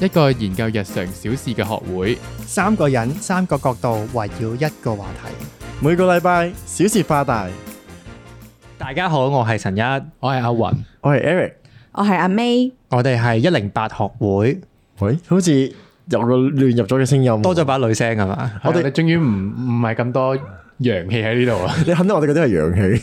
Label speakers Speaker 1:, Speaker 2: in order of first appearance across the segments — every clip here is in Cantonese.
Speaker 1: 一個研究日常小事嘅學會，
Speaker 2: 三個人三個角度圍繞一個話題。
Speaker 3: 每個禮拜小事化大。
Speaker 4: 大家好，我係陳一，
Speaker 1: 我係阿雲。
Speaker 3: 我係 Eric，
Speaker 5: 我係阿 May，
Speaker 4: 我哋係一零八學會，
Speaker 3: 喂，好似有個亂入咗嘅聲音，
Speaker 4: 多咗。把女聲係嘛？
Speaker 1: 我哋啊終於唔唔係咁多陽氣喺呢度啊！
Speaker 3: 你肯定我哋嗰啲係陽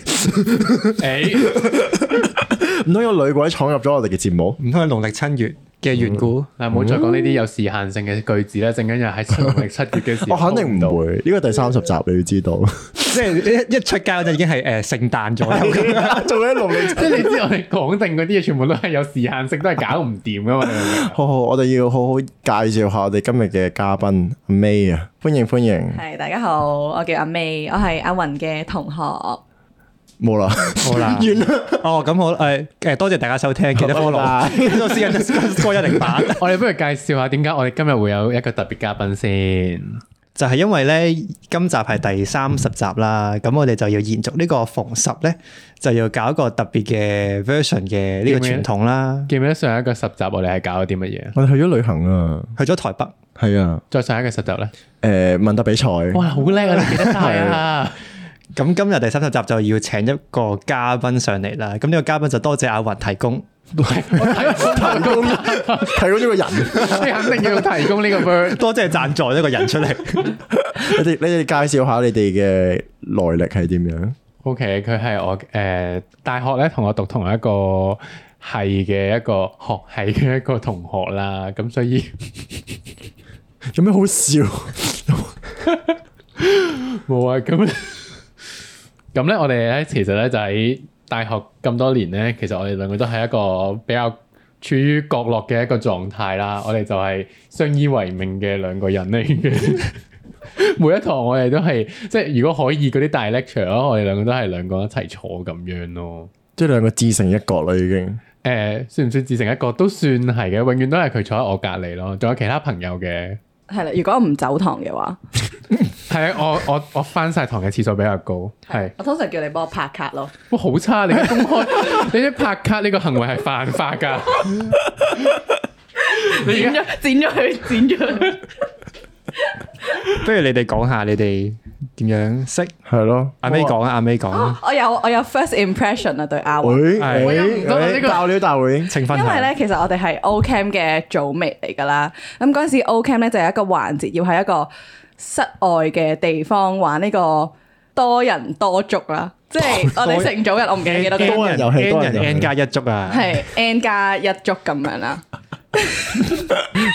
Speaker 3: 氣，
Speaker 1: 誒，
Speaker 3: 唔通有女鬼闖入咗我哋嘅節目？
Speaker 4: 唔通係農曆七月嘅緣故？
Speaker 1: 嗱，唔好再講呢啲有時限性嘅句子啦，陣間又喺農 曆七月嘅時候，
Speaker 3: 我哦肯定唔會，呢個第三十集你要知 道。
Speaker 4: 嗯即係一一出街嗰陣已經係誒聖誕 咗，
Speaker 3: 做緊農曆
Speaker 1: 即係你知我哋講定嗰啲嘢，全部都係有時限性，都係搞唔掂噶嘛。你明唔明
Speaker 3: 好好，我哋要好好介紹下我哋今日嘅嘉賓阿 May 啊，歡迎歡迎，
Speaker 5: 係大家好，我叫阿 May，我係阿雲嘅同學，
Speaker 3: 冇啦，
Speaker 4: 好啦，
Speaker 3: 完啦，
Speaker 4: 哦咁好誒誒，多謝大家收聽，記得 follow
Speaker 3: 拜
Speaker 4: 呢個私隱過一零八。
Speaker 1: 我哋不如介紹下點解我哋今日會有一個特別嘉賓先。
Speaker 4: 就係因為咧，今集係第三十集啦，咁我哋就要延續呢個逢十咧，就要搞一個特別嘅 version 嘅呢個傳統啦。
Speaker 1: 記唔記得上一個十集我哋係搞咗啲乜嘢？
Speaker 3: 我哋去咗旅行啊，
Speaker 4: 去咗台北，
Speaker 3: 係啊，哦
Speaker 1: 再上一個十 集咧，
Speaker 3: 誒問答比賽，
Speaker 1: 哇，好叻啊！你記得晒啊！
Speaker 4: 咁今日第三十集就要請一個嘉賓上嚟啦。咁呢個嘉賓就多謝阿雲提 供。
Speaker 3: 提供 提供咗個人。
Speaker 1: 你肯定要提供呢個 bird。
Speaker 4: 多謝贊助一個人出嚟。
Speaker 3: 你哋你哋介紹下你哋嘅來歷係點樣？
Speaker 1: O.K. 佢係我誒、呃大學咧，同我讀同一個系嘅一個學系嘅一個同學啦， 咁所以
Speaker 3: 有咩好笑？
Speaker 1: 冇啊，咁 咁咧，我哋咧其實咧就喺大學咁多年咧，其實我哋兩個都係一個比較處於角落嘅一個狀態啦，我哋就係相依為命嘅兩個人嚟嘅。 每一堂我哋都係即係如果可以嗰啲大 lecture 咯，我哋兩個都係兩個一齊坐咁樣咯。
Speaker 3: 即係兩個自成一角啦，已經。
Speaker 1: 誒、呃算唔算自成一角都算係嘅，永遠都係佢坐喺我隔離咯，仲有其他朋友嘅。
Speaker 5: 係啦。如果我唔走堂嘅話，
Speaker 1: 係啊，我我我翻晒堂嘅次數比較高，係
Speaker 5: 我通常叫你幫我拍卡咯。
Speaker 1: 哇好差！你嘅公 開你啲拍卡呢個行為係犯法㗎。你而家
Speaker 5: 剪咗佢，剪咗佢。
Speaker 4: 不如你哋講下你哋點樣識？
Speaker 3: 係咯，
Speaker 4: 阿 May 講啊，阿 May 講啊，
Speaker 5: 我有我有 first impression 啊對阿雲，
Speaker 3: 喂
Speaker 4: 係
Speaker 1: 我又唔得啦呢
Speaker 3: 喂，
Speaker 1: 個
Speaker 3: 爆料大會，
Speaker 4: 請分
Speaker 5: 因為
Speaker 4: 享。
Speaker 5: 咧其實我哋係 O Cam 嘅組 mate 嚟㗎啦。咁嗰陣時 O Cam 咧就有一個環節，要喺一個室外嘅地方玩呢個多人多族啦，即係我哋成組人，我唔記得幾多
Speaker 3: 多
Speaker 5: 個人
Speaker 3: 人遊戲多人遊戲
Speaker 4: N 加一足啊，
Speaker 5: 係 N 加一族咁樣啦。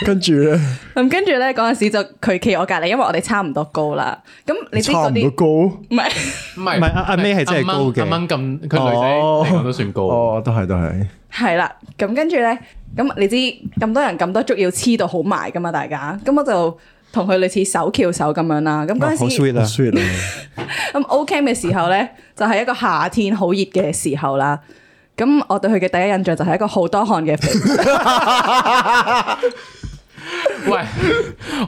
Speaker 3: 跟住咧
Speaker 5: 咁跟住咧嗰陣時就佢企我隔離，因為我哋差唔多高啦。咁你知
Speaker 3: 差
Speaker 5: 嗰
Speaker 3: 唔
Speaker 5: 啲
Speaker 3: 多高。
Speaker 5: 唔係
Speaker 1: 唔係
Speaker 4: 唔係阿阿 May 係真係高嘅
Speaker 1: 阿蚊咁佢女仔嚟講都算高。
Speaker 3: 哦，都係都係，
Speaker 5: 係啦。咁跟住咧，咁你知咁多人咁多足要黐到好埋噶嘛？大家咁我就同佢類似手翹手咁樣啦。咁
Speaker 4: 哇
Speaker 5: 嗰
Speaker 4: 好
Speaker 5: 陣時
Speaker 4: sweet
Speaker 3: 好
Speaker 4: 啊！
Speaker 3: sweet 啊！
Speaker 5: 咁 O Camp 嘅時候咧，就係、一個夏天好熱嘅時候啦。咁我對佢嘅第一印象就係一個好多汗嘅 肥
Speaker 1: 喂，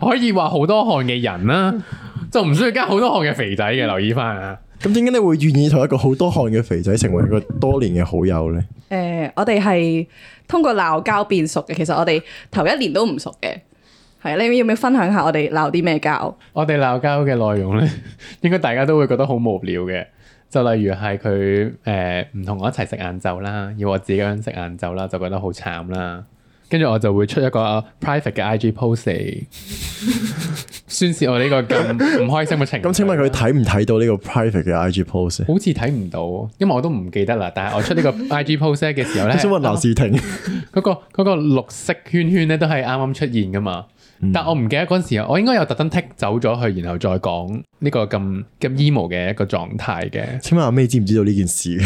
Speaker 1: 可以話好多汗嘅人啦，就唔需要加好多汗嘅肥仔嘅，留意翻啊！
Speaker 3: 咁點解你會願意同一個好多汗嘅肥仔成為一個多年嘅好友咧？
Speaker 5: 誒、我哋係通過鬧交變熟嘅。其實我哋頭一年都唔熟嘅。係，你要唔要分享下我哋鬧啲咩交？
Speaker 1: 我哋鬧交嘅內容咧， 應該大家都會覺得好無聊嘅。就例如係佢誒唔同我一齊食晏晝啦，要我自己一個人食晏晝啦，就覺得好慘啦。跟住我就會出一個啊 private 嘅 IG post 嚟 宣泄我呢個咁唔開心嘅情緒。
Speaker 3: 咁請問佢睇唔睇到呢個 private 嘅 IG post？
Speaker 1: 好似睇唔到，因為我都唔記得啦。但係我出呢個 IG post 咧嘅時候咧，
Speaker 3: 我想問劉
Speaker 1: 啱
Speaker 3: 士婷，
Speaker 1: 嗰個嗰個綠色圈圈咧都係啱啱出現噶嘛，但我唔記得嗰陣時，我應該有特登剔走咗佢，然後再講呢個咁咁 emo 嘅一個狀態嘅。
Speaker 3: 請問阿 May 知唔知道呢件事？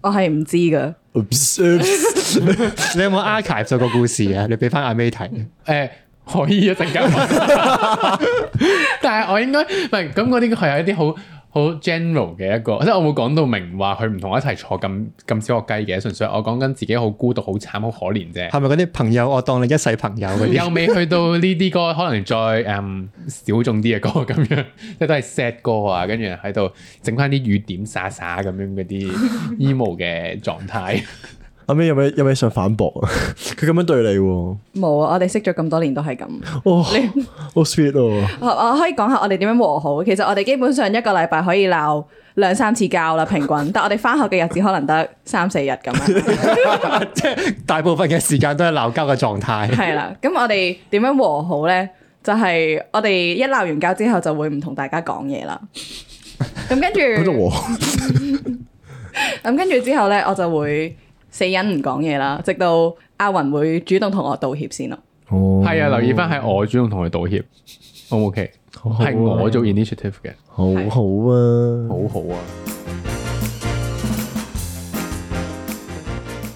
Speaker 5: 我係唔知㗎。
Speaker 3: Oops, oops
Speaker 4: 你有冇 archive 咗個故事啊？你俾翻阿 May 睇。
Speaker 1: 誒、可以一陣間揾，但係我應該唔係咁嗰啲係一啲好好 general 嘅一個，即係我冇講到明話佢唔同我一齊坐咁咁小學雞嘅，純粹我講緊自己好孤獨、好慘、好可憐啫。
Speaker 4: 係咪嗰啲朋友？我當你一世朋友嗰啲
Speaker 1: 又未去到呢啲歌，可能再誒、嗯小眾啲嘅歌 咁樣，即係都係 sad 歌啊，跟住喺 度整翻啲雨點灑灑咁樣嗰啲 emo 嘅狀態。
Speaker 3: 阿 May 有咩有咩想反駁 啊？佢咁樣對你喎，
Speaker 5: 冇啊！我哋識咗咁多年都係咁。
Speaker 3: 哇，好 sweet 啊喎！
Speaker 5: 我我可以講下我哋點樣和好。其實我哋基本上一個禮拜可以鬧兩三次交啦，平均。 但我哋翻學嘅日子可能得三四日咁樣。
Speaker 4: 即系大部分嘅時間都係鬧交嘅狀態。
Speaker 5: 係啦，咁我哋點樣和好咧？就係、我哋一鬧完交之後就會唔同大家講嘢啦。咁跟
Speaker 3: 嗰
Speaker 5: 住，
Speaker 3: 度和
Speaker 5: 咁跟住之後咧，我就會死忍唔講嘢啦，直到阿雲會主動同我道歉先咯。
Speaker 3: 哦
Speaker 1: 係啊，留意翻係我主動同佢道歉，O 唔 OK？
Speaker 3: 好啊
Speaker 1: 係我做 initiative 嘅，
Speaker 3: 好好啊！
Speaker 1: 好好啊。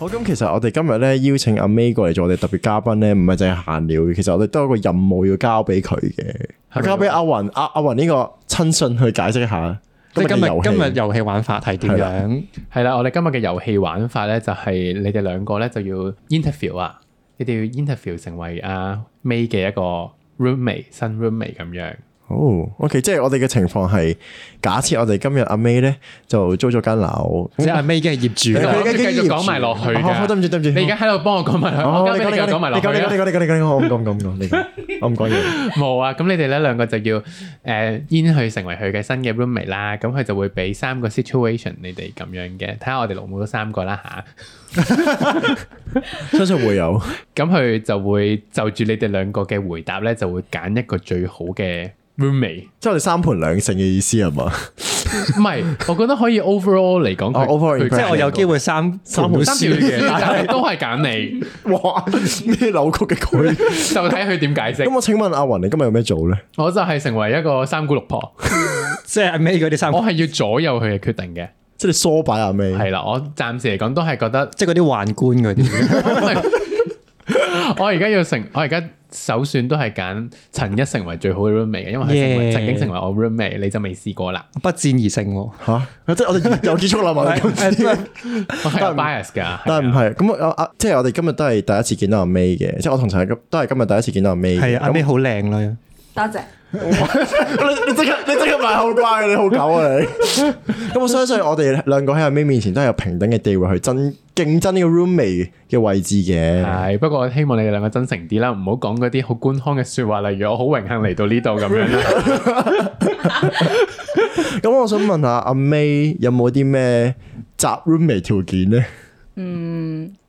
Speaker 3: 好咁，其實我哋今日咧邀請阿 May 過嚟做我哋特別嘉賓咧，唔係淨係閒聊嘅，其實我哋都有個任務要交俾佢嘅，
Speaker 1: 咪
Speaker 3: 交俾阿雲阿阿雲呢個親信去解釋下
Speaker 4: 即係今
Speaker 3: 嘅
Speaker 4: 日
Speaker 3: 遊戲
Speaker 4: 今日遊戲玩法係點
Speaker 3: 係
Speaker 4: 樣？
Speaker 1: 係啦，我哋今日嘅遊戲玩法咧，就係、你哋兩個咧就要 interview 啊，你哋要 interview 成為阿 May 嘅一個 roommate 新 roommate 咁樣。
Speaker 3: 哦，OK，即係我哋嘅情況係假設我哋今日阿 May 咧就租咗間樓，
Speaker 4: 即係阿 May 已經係業主
Speaker 3: 你
Speaker 1: 你
Speaker 4: 啦。
Speaker 3: 你
Speaker 1: 繼
Speaker 3: 繼
Speaker 1: 續
Speaker 3: 續
Speaker 1: 講埋落去㗎
Speaker 3: 哦好對唔住對唔住
Speaker 1: 你而家喺度幫我講埋落去，
Speaker 3: 哦
Speaker 1: 我，交俾你
Speaker 3: 你講你
Speaker 1: 繼續講
Speaker 3: 講
Speaker 1: 埋
Speaker 3: 你
Speaker 1: 落去
Speaker 3: 講你講你
Speaker 1: 啊。
Speaker 3: 講你講你講，我唔講唔講唔講，你講我唔講嘢。
Speaker 1: 冇啊，咁你哋咧兩個就要誒煙去成為佢嘅新嘅 roommate 啦，咁佢就會俾三個 situation 你哋咁樣嘅，睇下我哋錄唔錄到三個啦吓。
Speaker 3: 相信會有。
Speaker 1: 咁佢就會就住你哋兩個嘅回答咧，就會揀一個最好嘅 roommate。
Speaker 3: 即係我哋三盤兩勝嘅意思係嘛？
Speaker 1: 唔係，我覺得可以 overall 嚟講，佢
Speaker 3: 哦，overall
Speaker 1: 佢
Speaker 4: 即係我有機會三三
Speaker 1: 三條
Speaker 4: 嘅，但係
Speaker 1: 魚都係揀你，
Speaker 3: 哇！咩扭曲嘅佢？
Speaker 1: 就睇佢點解釋
Speaker 3: 咁。我請問阿雲，你今日有咩做咧？
Speaker 1: 我就係成為一個三姑六婆，
Speaker 4: 即係阿 May 嗰啲三
Speaker 1: 我，係要左右佢嘅決定嘅。
Speaker 3: 即係你梳擺阿 May。
Speaker 1: 係啦，我暫時嚟講都係覺得，
Speaker 4: 即係嗰啲宦官嗰啲。
Speaker 1: 我而家要成，我而家首選都係揀陳一成為最好嘅 roommate 嘅，因為佢成為
Speaker 4: Yeah
Speaker 1: 曾經成為我 roommate，你就未試過啦。
Speaker 4: 不戰而勝喎。
Speaker 3: 吓，啊即係我 哋又結束啦嘛？
Speaker 4: 係
Speaker 3: 今次
Speaker 4: 係
Speaker 1: 我係有 bias 㗎，
Speaker 3: 但係唔係咁我啊，即係我哋今日都係第一次見到阿 May 嘅，即係我同陳都係今日第一次見到阿 May 嘅。
Speaker 4: 係啊，阿 May 好靚啦。
Speaker 5: 多謝。
Speaker 3: 你你即刻你即刻埋後瓜嘅，你好狗啊你！ 咁我相信我哋兩個喺阿 May 面前都係有平等嘅地位去爭競爭呢個 roommate 嘅位置嘅。
Speaker 1: 係，不過我希望你哋兩個真誠啲啦，唔好講嗰啲好官腔嘅説話，例如我好榮幸嚟到呢度咁樣啦。
Speaker 3: 咁我想問下阿 May 有冇啲咩擇 roommate 條件咧？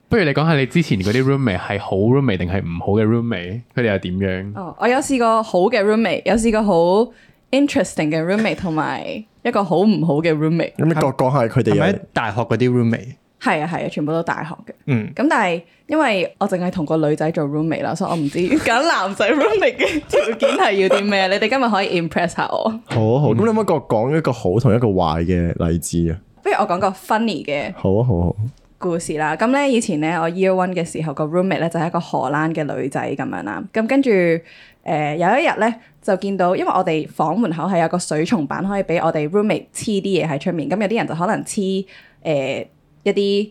Speaker 1: 不如你講下你之前嗰啲 roommate 係好 roommate 定係唔好嘅 roommate，佢哋又點樣？
Speaker 5: 哦，我有試過好嘅 roommate，有試過好 interesting 嘅 roommate，同埋一個好唔好嘅 roommate。
Speaker 3: 咁你各講下佢哋
Speaker 4: 係咪
Speaker 3: 有
Speaker 4: 大學嗰啲 roommate？
Speaker 5: 係啊係啊，全部都大學嘅。
Speaker 4: 嗯，
Speaker 5: 咁但係因為我淨係同個女仔做 roommate 啦，所以我唔知揀男仔 roommate 嘅條件係要啲咩。你哋今日可以 impress 下我。
Speaker 3: 好好，咁你可唔可以各講一個好同一個壞嘅例子啊？
Speaker 5: 不如我講個 funny 嘅
Speaker 3: 好啊，好好，
Speaker 5: 故事啦。咁咧以前咧，我 year one 嘅時候個 roommate 咧就係一個荷蘭嘅女仔咁樣啦。咁跟住誒、呃有一日咧就見到，因為我哋房門口係有個水松板可以俾我哋 roommate 黐啲嘢喺出面。咁有啲人就可能黐誒、呃一啲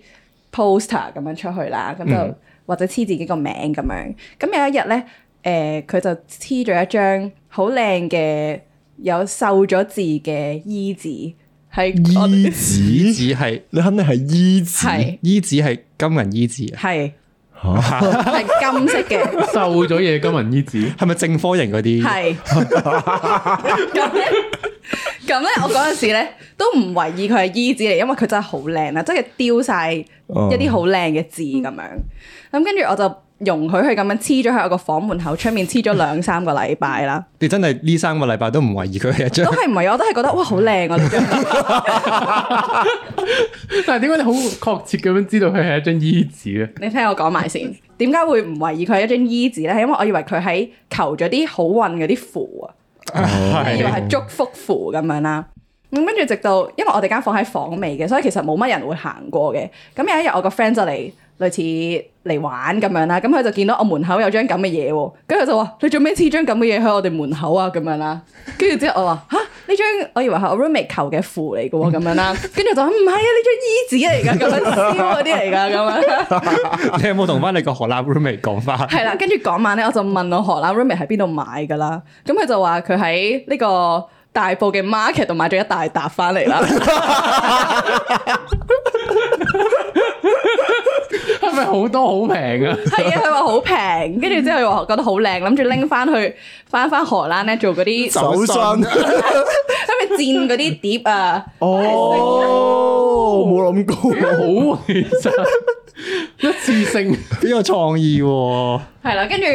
Speaker 5: poster 咁樣出去啦，咁就、或者黐自己個名咁樣。咁有一日咧。誒、佢就黐咗一張好靚嘅有繡咗字嘅衣紙喺我
Speaker 3: 衣
Speaker 5: 哋，
Speaker 4: 衣
Speaker 3: 紙，
Speaker 4: 紙係
Speaker 3: 你肯定係衣紙，
Speaker 5: 係
Speaker 4: 衣紙係金銀衣紙啊，
Speaker 5: 係
Speaker 3: 嚇
Speaker 5: 係金色嘅。
Speaker 1: 瘦咗嘢金銀衣紙，
Speaker 4: 係咪正科型嗰啲？
Speaker 5: 係咁咧，咁咧，我嗰陣時咧都唔懷疑佢係衣紙嚟，因為佢真係好靚啦，即係雕晒一啲好靚嘅字咁樣。咁跟住我就容許佢咁樣黐咗喺我個房門口出面黐咗兩三個禮拜啦，
Speaker 4: 你真係呢三個禮拜都唔懷疑佢係一張
Speaker 5: 都 係唔係？我都係覺得哇，好靚啊！呢張
Speaker 1: 但係點解你好確切咁樣知道佢係一張衣紙啊咧？
Speaker 5: 你聽我講埋先，點解會唔懷疑佢係一張衣紙咧？係因為我以為佢喺求咗啲好運嗰啲符啊。以為
Speaker 4: 係
Speaker 5: 係祝福符咁樣啦。咁跟住直到，因為我哋間房喺房尾嘅，所以其實冇乜人會行過嘅。咁有一日我個 friend 就嚟類似嚟玩咁樣啦，咁佢就見到我門口有張咁嘅嘢喎，跟住佢就話：你做咩黐張咁嘅嘢喺我哋門口啊？咁樣啦。跟住之後我話：吓，呢張我以為係我 roommate 求嘅符嚟嘅喎，咁樣啦。跟住就話唔係啊，呢張衣紙嚟㗎，咁樣燒嗰啲嚟㗎，咁樣。
Speaker 4: 你有冇同翻你個荷蘭 roommate 講翻？
Speaker 5: 係啦，跟住嗰晚咧，我就問我荷蘭 roommate 喺邊度買噶啦，咁佢就話佢喺呢個大埔嘅 market 度買咗一大 沓翻嚟啦。
Speaker 1: 咪好多好平啊！
Speaker 5: 係啊，佢話好平，跟住之後又話覺得好靚，諗住拎翻去翻翻荷蘭咧做 嗰啲，
Speaker 3: 手信
Speaker 5: 因為墊嗰啲碟啊，
Speaker 3: 哦，冇諗過，
Speaker 1: 好其實一次性
Speaker 4: 幾有創意 喎。
Speaker 5: 係啦，跟住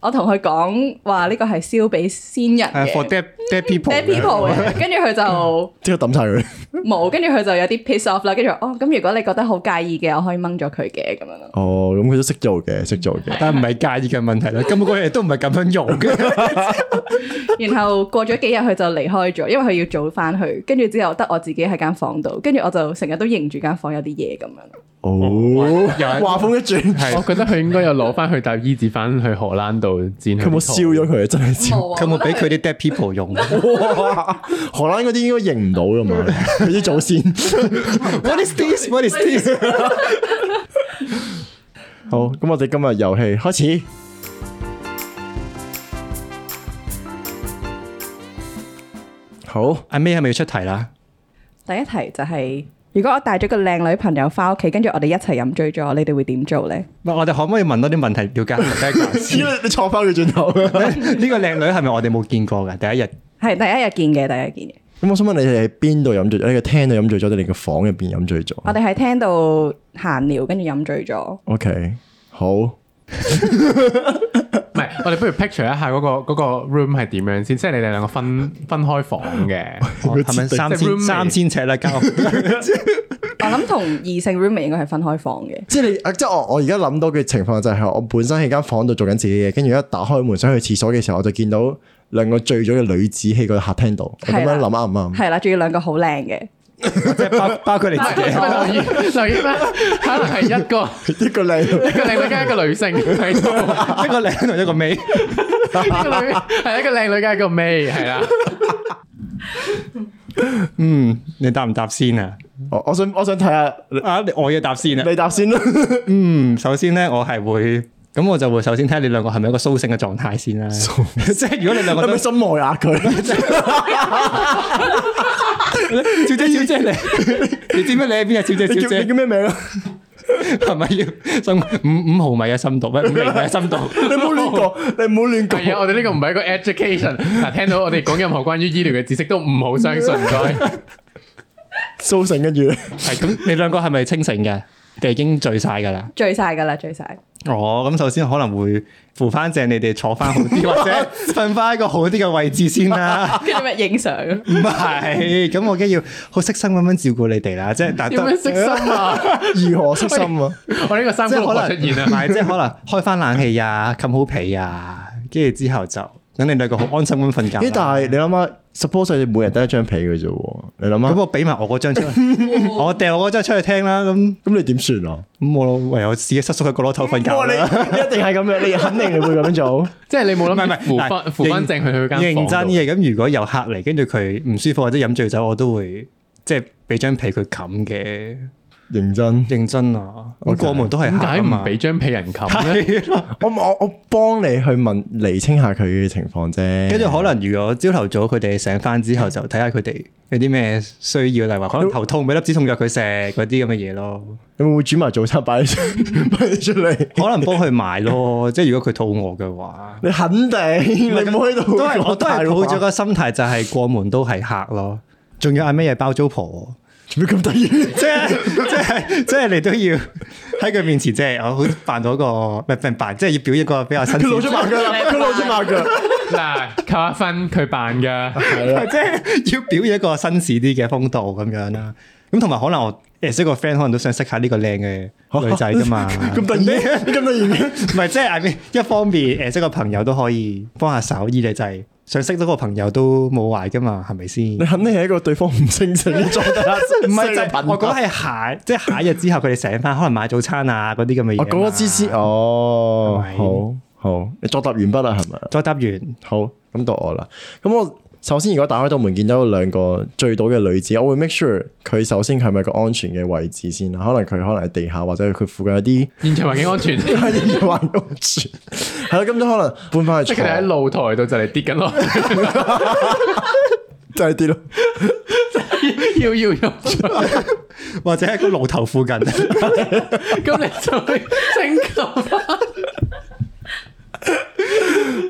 Speaker 5: 我同佢講話呢個係燒俾先人
Speaker 4: 誒，for 啊
Speaker 5: 嘅
Speaker 4: dead dead people。
Speaker 5: dead people 嘅，跟住佢就。
Speaker 3: 即刻抌晒佢。
Speaker 5: 冇，跟住佢就有啲 piss off 啦，跟住我哦，咁如果你覺得好介意嘅，我可以掹咗佢嘅咁樣咯。
Speaker 3: 哦，咁佢都識做嘅，識做嘅。
Speaker 4: 但係唔係介意嘅問題啦，根本嗰樣嘢都唔係咁樣用 嘅。
Speaker 5: 然後過咗幾日佢就離開咗，因為佢要早翻去，跟住之後得我自己喺間房度，跟住我就成日都認住間房有啲嘢咁樣。
Speaker 3: 哦，
Speaker 4: 又係
Speaker 3: 話風一轉，
Speaker 1: 我覺得佢應該有攞翻去搭衣紙翻去荷蘭度煎。
Speaker 3: 佢有冇燒咗？佢？真係燒。
Speaker 5: 冇啊
Speaker 4: 佢有冇俾佢啲 dead people 用？啊
Speaker 3: 哇！荷蘭嗰啲應該認唔到噶 嘛，佢啲祖先。
Speaker 4: What is this? What is this?
Speaker 3: 好，咁我哋今日遊戲開始。好，
Speaker 4: 阿 May 係咪要出題啦？
Speaker 5: 第一題就係、如果我帶咗個靚女朋友翻屋企，跟住我哋一齊飲醉咗，你哋會點做呢？
Speaker 4: 唔係，我哋可唔可以問多啲問題了解 下 background 先？
Speaker 3: 你坐翻佢轉頭。
Speaker 4: 呢個靚女係咪我哋冇見過嘅？ 第一日
Speaker 5: 係第一日見嘅，第一日見嘅。
Speaker 3: 咁我想問你哋喺邊度飲醉咗？你個廳度飲醉咗，定你個房入邊飲醉咗
Speaker 5: 我哋喺廳度閒聊，跟住飲醉咗。
Speaker 3: ？OK，好。
Speaker 1: 唔係，我哋不如 picture 一下嗰個嗰個 room 係點樣先，即係你哋兩個分分開房嘅。
Speaker 4: 我哦係咪三
Speaker 1: 即係
Speaker 4: 千
Speaker 1: roommate
Speaker 4: 三千尺啦？交
Speaker 5: 我諗同異性 roommate 應該係分開房嘅。
Speaker 3: 即係你，啊即係我我而家諗到嘅情況就係我本身喺間房度做緊自己嘢，跟住一打開門想去廁所嘅時候，我就見到兩個醉咗嘅女子喺個客廳度。我咁
Speaker 5: 係啦
Speaker 3: 樣諗啊啱唔啱？
Speaker 5: 係啦，仲要兩個好靚嘅。
Speaker 4: 即係包包括你 自 己。
Speaker 1: 留意留意咩？可能係一個
Speaker 3: 一個靚
Speaker 1: 一 個靚女加一個女性喺度，一
Speaker 4: 一個靚同一個尾，
Speaker 1: 個女係一個靚女加一個妹，係啦。
Speaker 4: 嗯，你答唔答先啊？
Speaker 3: 我我想我想睇下你
Speaker 4: 啊，你我要答先啊！
Speaker 3: 你答先啦。
Speaker 4: 嗯，首先咧，我係會咁，我就會首先睇下你兩個係咪一個蘇醒嘅狀態先啦。 即係如果你兩 個
Speaker 3: 係
Speaker 4: 都
Speaker 3: 咪心外壓佢？
Speaker 4: 小姐小姐你，你知唔知你喺邊啊？小姐
Speaker 3: 你
Speaker 4: 小
Speaker 3: 叫你
Speaker 4: 姐
Speaker 3: 叫咩 名啊？
Speaker 4: 係咪要 深五五毫米嘅深度咩？五厘米嘅深度？
Speaker 3: 你唔好亂講，你唔好亂
Speaker 1: 係啊，
Speaker 3: 講。
Speaker 1: 我哋呢個唔係一個 education。嗱，聽到我哋講任何關於醫療嘅知識都唔好相信，唔 該。
Speaker 3: 蘇醒跟住咧
Speaker 4: 係咁，你兩個係咪清醒嘅？你已經醉晒㗎啦。
Speaker 5: 醉晒噶啦，醉晒。
Speaker 4: 哦，咁首先可能會扶翻正你哋坐翻好 啲，或者瞓翻一個好啲嘅位置先 啦。
Speaker 5: 跟住咪影相。
Speaker 4: 唔係，咁我梗要好悉心咁樣照顧你哋啦。即 係但
Speaker 1: 點樣識心啊？
Speaker 3: 如何悉心啊？
Speaker 1: 我呢個三
Speaker 4: 即
Speaker 1: 姑六
Speaker 4: 係可
Speaker 1: 婆
Speaker 4: 能
Speaker 1: 出現啊
Speaker 4: 唔
Speaker 1: 啦。
Speaker 4: 係即係可能開翻冷氣啊，冚好被啊，跟住之後就等你兩個好安心咁瞓覺啦。
Speaker 3: 咦？但係你諗下，suppose 你每人得一張被嘅啫喎，你諗
Speaker 4: 咁
Speaker 3: 下，
Speaker 4: 我俾埋我嗰張出 去，我掉我嗰張出去聽啦。咁
Speaker 3: 咁你點算啊？
Speaker 4: 咁我唯有自己瑟縮喺角落頭瞓覺
Speaker 3: 哇！你
Speaker 4: 啦。
Speaker 3: 一定係咁樣，你肯定你會咁樣做。
Speaker 1: 即係你冇
Speaker 4: 唔係唔
Speaker 1: 諗
Speaker 4: 係
Speaker 1: 住扶
Speaker 4: 嗱
Speaker 1: 翻扶翻
Speaker 4: 認
Speaker 1: 正佢去間
Speaker 4: 認
Speaker 1: 房
Speaker 4: 真
Speaker 1: 度。
Speaker 4: 嘅，咁如果有客嚟，跟住佢唔舒服或者飲醉酒，我都會即係俾張被佢冚嘅。
Speaker 3: 認真。
Speaker 4: 認真啊，咁
Speaker 3: OK
Speaker 4: 過門都係
Speaker 1: 點
Speaker 4: 客
Speaker 1: 解
Speaker 4: 啊
Speaker 1: 唔
Speaker 4: 嘛。
Speaker 1: 俾張被人冚咧？
Speaker 4: 係啦
Speaker 3: 我我我幫你去問厘清下佢嘅情況啫。
Speaker 4: 跟住可能如果朝頭早佢哋醒翻之後，就睇下佢哋有啲咩需要，例如話可能頭痛，俾粒止痛藥佢食嗰啲咁嘅嘢 咯。
Speaker 3: 你會唔會煮埋早餐擺你出 擺你出嚟？
Speaker 4: 可能幫佢買咯， 即係如果佢肚餓嘅話，
Speaker 3: 你肯定你唔好喺度
Speaker 4: 都係我都係抱咗
Speaker 3: 個
Speaker 4: 個心態，就係過門都係客咯。啊仲要嗌咩嘢包租婆，
Speaker 3: 做咩咁得 意？
Speaker 4: 即係即係即係你都要喺佢面前，即係哦我好似扮到一個唔係扮，即係要表現一個比較新
Speaker 3: 佢露
Speaker 4: 鮮
Speaker 3: 出。 馬腳啦！佢露出馬腳，
Speaker 1: 嗱，扣一分佢扮噶，
Speaker 4: 即係要表現一個紳士啲嘅風度咁樣啦。咁同埋可能我誒識個 friend，可能都想識下呢個靚嘅女仔噶嘛。
Speaker 3: 哦 咁突然嘅，咁突然嘅。
Speaker 4: 唔係即係 I mean，一方面誒識個朋友都可以幫下手，二嚟就係想識到個朋友都冇壞噶嘛，係咪 先？
Speaker 3: 你肯定係一個對方唔清醒嘅狀態，
Speaker 4: 唔係就啊係我講
Speaker 3: 講
Speaker 4: 係下，即係下一日之後佢哋醒翻，可能買早餐啊嗰啲咁嘅嘢。
Speaker 3: 我講咗知知，哦
Speaker 4: 係咪，
Speaker 3: 好好，你作答完畢啦，係咪？
Speaker 4: 再答完，
Speaker 3: 好，咁到我啦。咁我首先如果打開道門見到兩個醉倒嘅女子，我會 make sure 佢首先係咪個安全嘅位置先啦。可能佢可能喺地下，或者佢附近有啲
Speaker 1: 現場環境安全， 即
Speaker 3: 係要環安全。係啦，咁就可能搬翻去
Speaker 1: 係佢
Speaker 3: 床，
Speaker 1: 哋喺露台度就嚟跌緊落，
Speaker 3: 就係啲咯。
Speaker 1: 要要要，
Speaker 4: 或者喺個路頭 附近，
Speaker 1: 咁你就會升 級啦。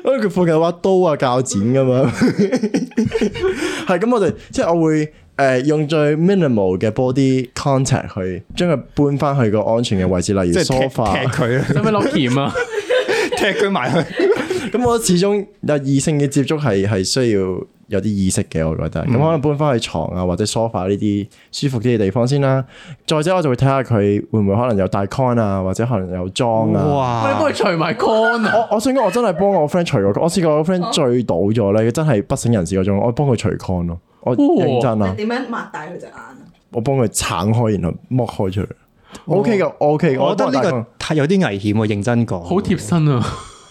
Speaker 3: 因為佢附近有把刀啊、鉸剪咁樣， 係咁我哋即係我會誒、呃用最 minimal 嘅 body contact 去將佢搬翻去個安全嘅位置，例
Speaker 4: 即
Speaker 3: 如
Speaker 4: 係踢
Speaker 3: sofa
Speaker 4: 踢。佢 啦，
Speaker 1: 使唔使攞鉗啊？
Speaker 4: 踢佢埋去。
Speaker 3: 咁我始終有異性嘅接觸係係需要有啲意識嘅，我覺得。咁、可能搬翻去床啊或者 sofa 呢啲舒服啲嘅地方先啦。再者我就會睇下佢會唔會可能有戴 con 啊，或者可能有
Speaker 1: 我
Speaker 3: 裝啊。
Speaker 1: 哋幫
Speaker 4: 哇！
Speaker 1: 佢除埋 con 啊！
Speaker 3: 我我想講，我真係幫我 friend 除過，我試過我
Speaker 4: 哦
Speaker 3: friend 醉倒咗咧，佢真係不省人事嗰種，我幫佢除 con 咯，
Speaker 4: 哦
Speaker 3: 我認真啊，
Speaker 5: 點樣擘大佢隻眼啊？
Speaker 3: 我幫佢撐開，然後剝開出嚟。O K 嘅，O K，
Speaker 4: 哦我覺得呢
Speaker 3: 個
Speaker 4: 個，太有啲危險喎，認真講。
Speaker 1: 好貼身啊！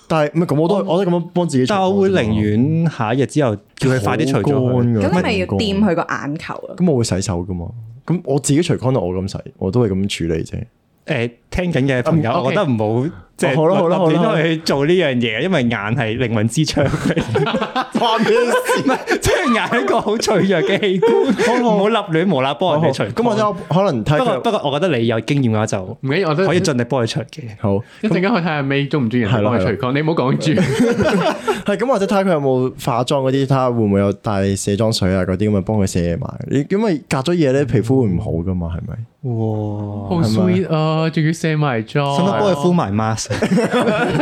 Speaker 3: 但係唔係咁，我都我都咁樣幫自己除 con 啫嘛。
Speaker 4: 但我會寧願下一日之後叫佢快啲除咗
Speaker 3: 好
Speaker 4: 佢
Speaker 3: 乾。㗎
Speaker 5: 咁你咪
Speaker 3: 好
Speaker 5: 要
Speaker 3: 乾
Speaker 5: 掂佢個眼球咯。
Speaker 3: 咁我會洗手噶嘛？咁我自己除 condo 我咁洗，我都係咁處理啫。
Speaker 4: 誒聽緊嘅朋友，
Speaker 1: 嗯，OK
Speaker 4: 我覺得唔好即係
Speaker 3: 哦好啦好啦好啦
Speaker 4: 立亂都去做呢樣嘢，因為眼係靈魂之窗嚟，
Speaker 3: 關咩
Speaker 4: 唔係即係眼係一個好脆弱嘅器官，唔好立亂無啦啦幫人哋除。
Speaker 3: 咁我
Speaker 4: 就
Speaker 3: 就可能睇
Speaker 4: 不過
Speaker 3: 佢
Speaker 4: 不過，我覺得你有經驗嘅話就
Speaker 1: 唔緊要，我都
Speaker 4: 可以盡力幫佢除嘅。
Speaker 3: 好，
Speaker 1: 一陣間去睇下 May 中唔中意人哋幫佢除 con。你唔好講住，
Speaker 3: 係咁或者睇下佢有冇化妝嗰啲，睇下會唔會有帶卸妝水啊嗰啲咁啊，幫佢卸埋。你因為隔咗夜咧，皮膚會唔好噶嘛？係咪？
Speaker 4: 哇！
Speaker 1: 好 sweet 啊！仲要卸埋妝，
Speaker 4: 使唔使幫佢 敷埋 mask？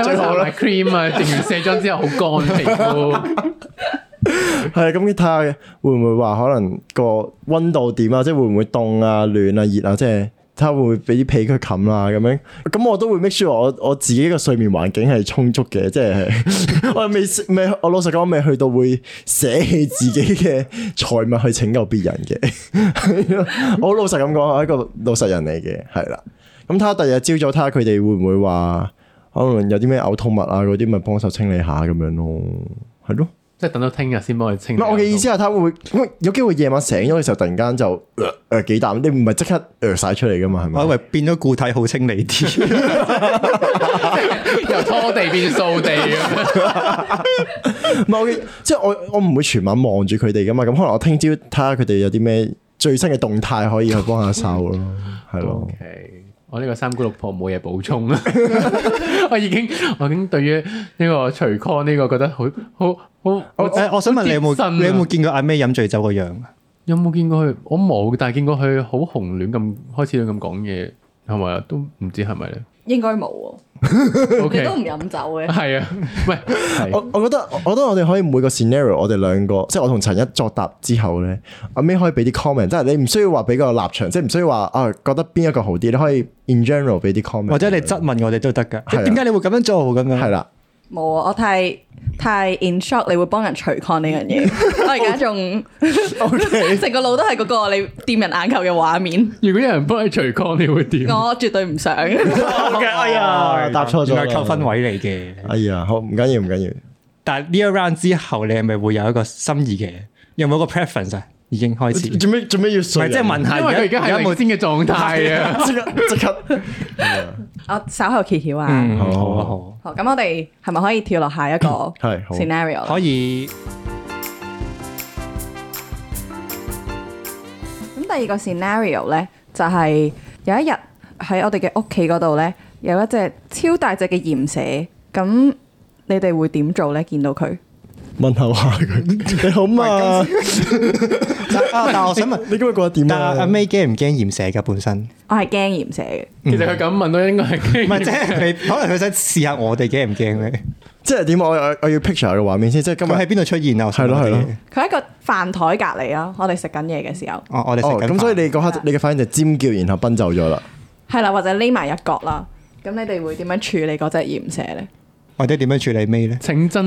Speaker 1: 最好啦，cream 啊！整完卸妝之後好乾皮膚，
Speaker 3: 係咁，睇下會唔會話可能個温度點啊？即係會唔會凍啊、暖啊、熱啊？即係睇下會唔會俾啲被佢冚啦咁樣。咁我都會 make sure 我我自己嘅睡眠環境係充足嘅，即係 我未未我老實講，我未去到會捨棄自己嘅財物去拯救別人嘅。係咯 我好老實咁講，我係一個老實人嚟嘅，係啦。咁睇下第二日朝早，睇下佢哋會唔會話可能有啲咩嘔吐物啊嗰啲，咪幫手清理下咁樣咯，係咯。
Speaker 1: 即係等到聽日先幫佢清
Speaker 3: 唔
Speaker 1: 理下
Speaker 3: 係
Speaker 1: 妝。
Speaker 3: 我嘅意思係，睇會唔會咁有機會夜晚醒咗嘅時候，突然間就誒、呃呃、幾啖，你唔係即刻誒晒出嚟噶嘛？係
Speaker 4: 我以
Speaker 3: 咪？
Speaker 4: 為變咗固體好清理啲，
Speaker 1: 由拖地變掃地咁樣。
Speaker 3: 唔係我嘅，即係我我唔會全晚望住佢哋噶嘛。咁可能我聽朝睇下佢哋有啲咩最新嘅動態可以去幫下手 咯，係咯
Speaker 5: 哦
Speaker 1: O。K，我呢個三姑六婆冇嘢補 充啦，我已經我已經對於呢個徐康呢個覺得好好好，
Speaker 4: 我誒我想問你有
Speaker 1: 好貼
Speaker 4: 冇
Speaker 1: 身啊
Speaker 4: 你有冇見過阿咩飲醉酒個樣？
Speaker 1: 有冇見過佢？我冇，但係見過佢好紅亂咁開始亂咁講嘢，係咪啊？都唔知係咪 咧
Speaker 5: 應該冇喎，
Speaker 1: ？O
Speaker 5: 你
Speaker 1: K，
Speaker 5: 都唔飲酒嘅。
Speaker 1: 係啊， 喂，係
Speaker 3: 我我覺得我覺得我哋可以每個 scenario，我哋兩個即係我同陳一作答之後咧，阿 May 可以俾啲 comment，即係你唔需要話俾個立場，即係唔需要話啊覺得邊一個好啲，你可以 in general 俾啲 comment，
Speaker 4: 或者你質問我哋都得㗎。
Speaker 3: 係啊
Speaker 4: 點解你會咁樣做咁樣？
Speaker 3: 係啦。
Speaker 5: 冇啊！我太太 in shock，你會幫人除 con 呢樣嘢。我而家 仲成個腦都係嗰個你掂人眼球嘅畫面，
Speaker 1: 如果有人幫你徐康，你會點？
Speaker 5: 我絕對唔想。
Speaker 4: 哎
Speaker 3: 呀答錯咗啦
Speaker 4: 原來扣分位嚟嘅。
Speaker 3: 哎呀，好唔緊要唔緊要。
Speaker 4: 但係呢一 round 之後，你係咪會有一個心意嘅？有冇一個 preference 啊？已經開始，唔
Speaker 3: 做咩做咩要
Speaker 4: 係即係問下
Speaker 1: 因為佢而家係
Speaker 4: 有
Speaker 1: 冇
Speaker 4: 冇？
Speaker 1: 先嘅狀態啊。
Speaker 3: 即刻即刻。
Speaker 5: 我稍後揭曉啊。
Speaker 4: 嗯，好啊
Speaker 5: 好，咁我哋係咪可以跳落下一個
Speaker 3: 係好
Speaker 5: scenario 啦
Speaker 4: 啊好，可以
Speaker 5: 咁第二個 scenario 咧，就係、有一日喺我哋嘅屋企嗰度咧，有一隻超大隻嘅鹽蛇。咁你哋會點做咧？見到佢，
Speaker 3: 問候下佢，你 好嘛？
Speaker 4: 但 啊但我想問， 呃
Speaker 3: 你今日覺得點
Speaker 4: 但阿
Speaker 3: 啊？
Speaker 4: May 驚唔驚鹽蛇㗎本 身？
Speaker 5: 我係驚鹽蛇嘅。
Speaker 1: 其實佢咁問都應該係驚
Speaker 4: 唔 係即係佢可能佢想試下 我哋驚唔驚咧？
Speaker 3: 即係點啊？我我我要 picture 嘅畫面先，即係今
Speaker 4: 咁
Speaker 3: 日
Speaker 4: 喺邊度出現啊？我想
Speaker 3: 係咯
Speaker 4: 問
Speaker 3: 係咯
Speaker 4: 我哋
Speaker 5: 佢喺個飯台隔離啊，我哋食緊嘢嘅時候，
Speaker 4: 哦，我哋
Speaker 3: 哦，
Speaker 4: 食緊飯
Speaker 3: 咁所以你嗰刻你嘅反應就尖叫，然後奔走咗啦。
Speaker 5: 係啦，或者匿埋一角啦。咁你哋會點樣處理嗰隻鹽蛇咧？
Speaker 4: 或者點樣處理 May 咧？
Speaker 1: 請 真，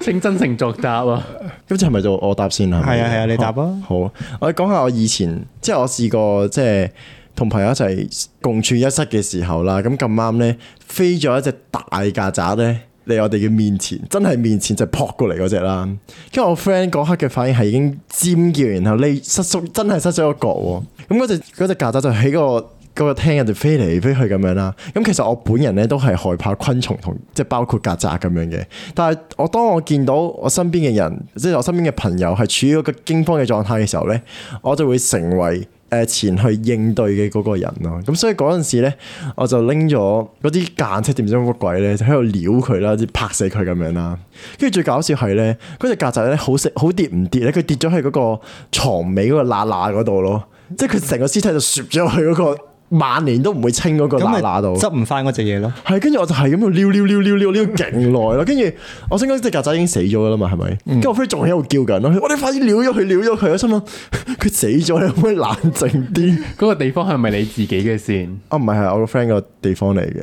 Speaker 1: 請真誠作答啊！
Speaker 3: 咁即係咪就我答先啦？咪
Speaker 4: 係啊係啊你答啊
Speaker 3: 好，我講下我以前，即係我試過即係同朋友一齊共處一室嘅時候啦。咁咁啱咧，飛咗一隻大曱甴咧嚟我哋嘅面前，真係面前就撲過嚟嗰只啦。跟住我 friend 嗰刻嘅反應係已經尖叫，然後匿失縮，真係失咗個角喎。咁嗰只嗰只曱甴就喺個嗰個廳人哋飛嚟飛去咁樣啦。咁其實我本人咧都係害怕昆蟲同即係包括曱甴咁樣嘅。但係我當我見到我身邊嘅人，即係我身邊嘅朋友係處於一個驚慌嘅狀態嘅時候咧，我就會成為誒前去應對嘅嗰個人咯。咁所以嗰陣時咧，我就拎咗嗰啲間尺定唔知乜鬼咧，就喺度撩佢啦，即係拍死佢咁樣啦。跟住最搞笑係咧，嗰只曱甴咧好食好跌唔跌咧，佢跌咗喺嗰個床尾嗰個罅罅嗰度咯，即係佢成個屍體就攝咗去嗰個萬年都唔會清嗰個
Speaker 4: 咁咪
Speaker 3: 罅罅度。
Speaker 4: 執唔翻嗰只嘢咯。
Speaker 3: 係，跟住我就係咁喺度撩撩撩撩撩撩勁耐咯，跟住我想講只曱甴已經死咗㗎啦嘛，係咪？跟住我 friend 仲喺度叫緊咯，我哋快啲撩咗佢，撩咗佢，我心諗佢死咗，你可唔可以冷靜啲？
Speaker 1: 嗰個地方係咪你自己嘅先？
Speaker 3: 啊，唔係係我個 friend 個地方嚟嘅，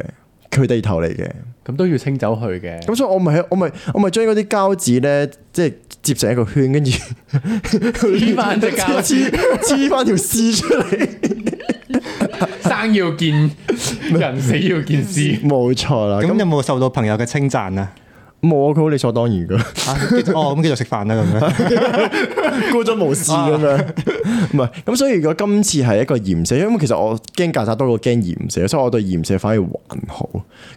Speaker 3: 佢地頭嚟嘅，
Speaker 1: 咁都要清走佢嘅。
Speaker 3: 咁所以我咪喺我咪我咪將嗰啲膠紙咧，即係接成一個圈，跟住黐
Speaker 1: 返隻膠
Speaker 3: 紙，黐翻條絲出嚟。
Speaker 1: 生要見人，死要見屍。
Speaker 3: 冇錯啦，
Speaker 4: 咁
Speaker 3: 咁
Speaker 4: 有冇受到朋友嘅稱讚啊？
Speaker 3: 冇啊佢好理所當然㗎。
Speaker 4: 啊繼續哦，咁繼續食飯啦咁 樣。
Speaker 3: 孤咗無事咁樣，唔係咁，所以如果今次係一個鹽蛇，因為其實我驚曱甴多過驚鹽蛇，所以我對鹽蛇反而還好。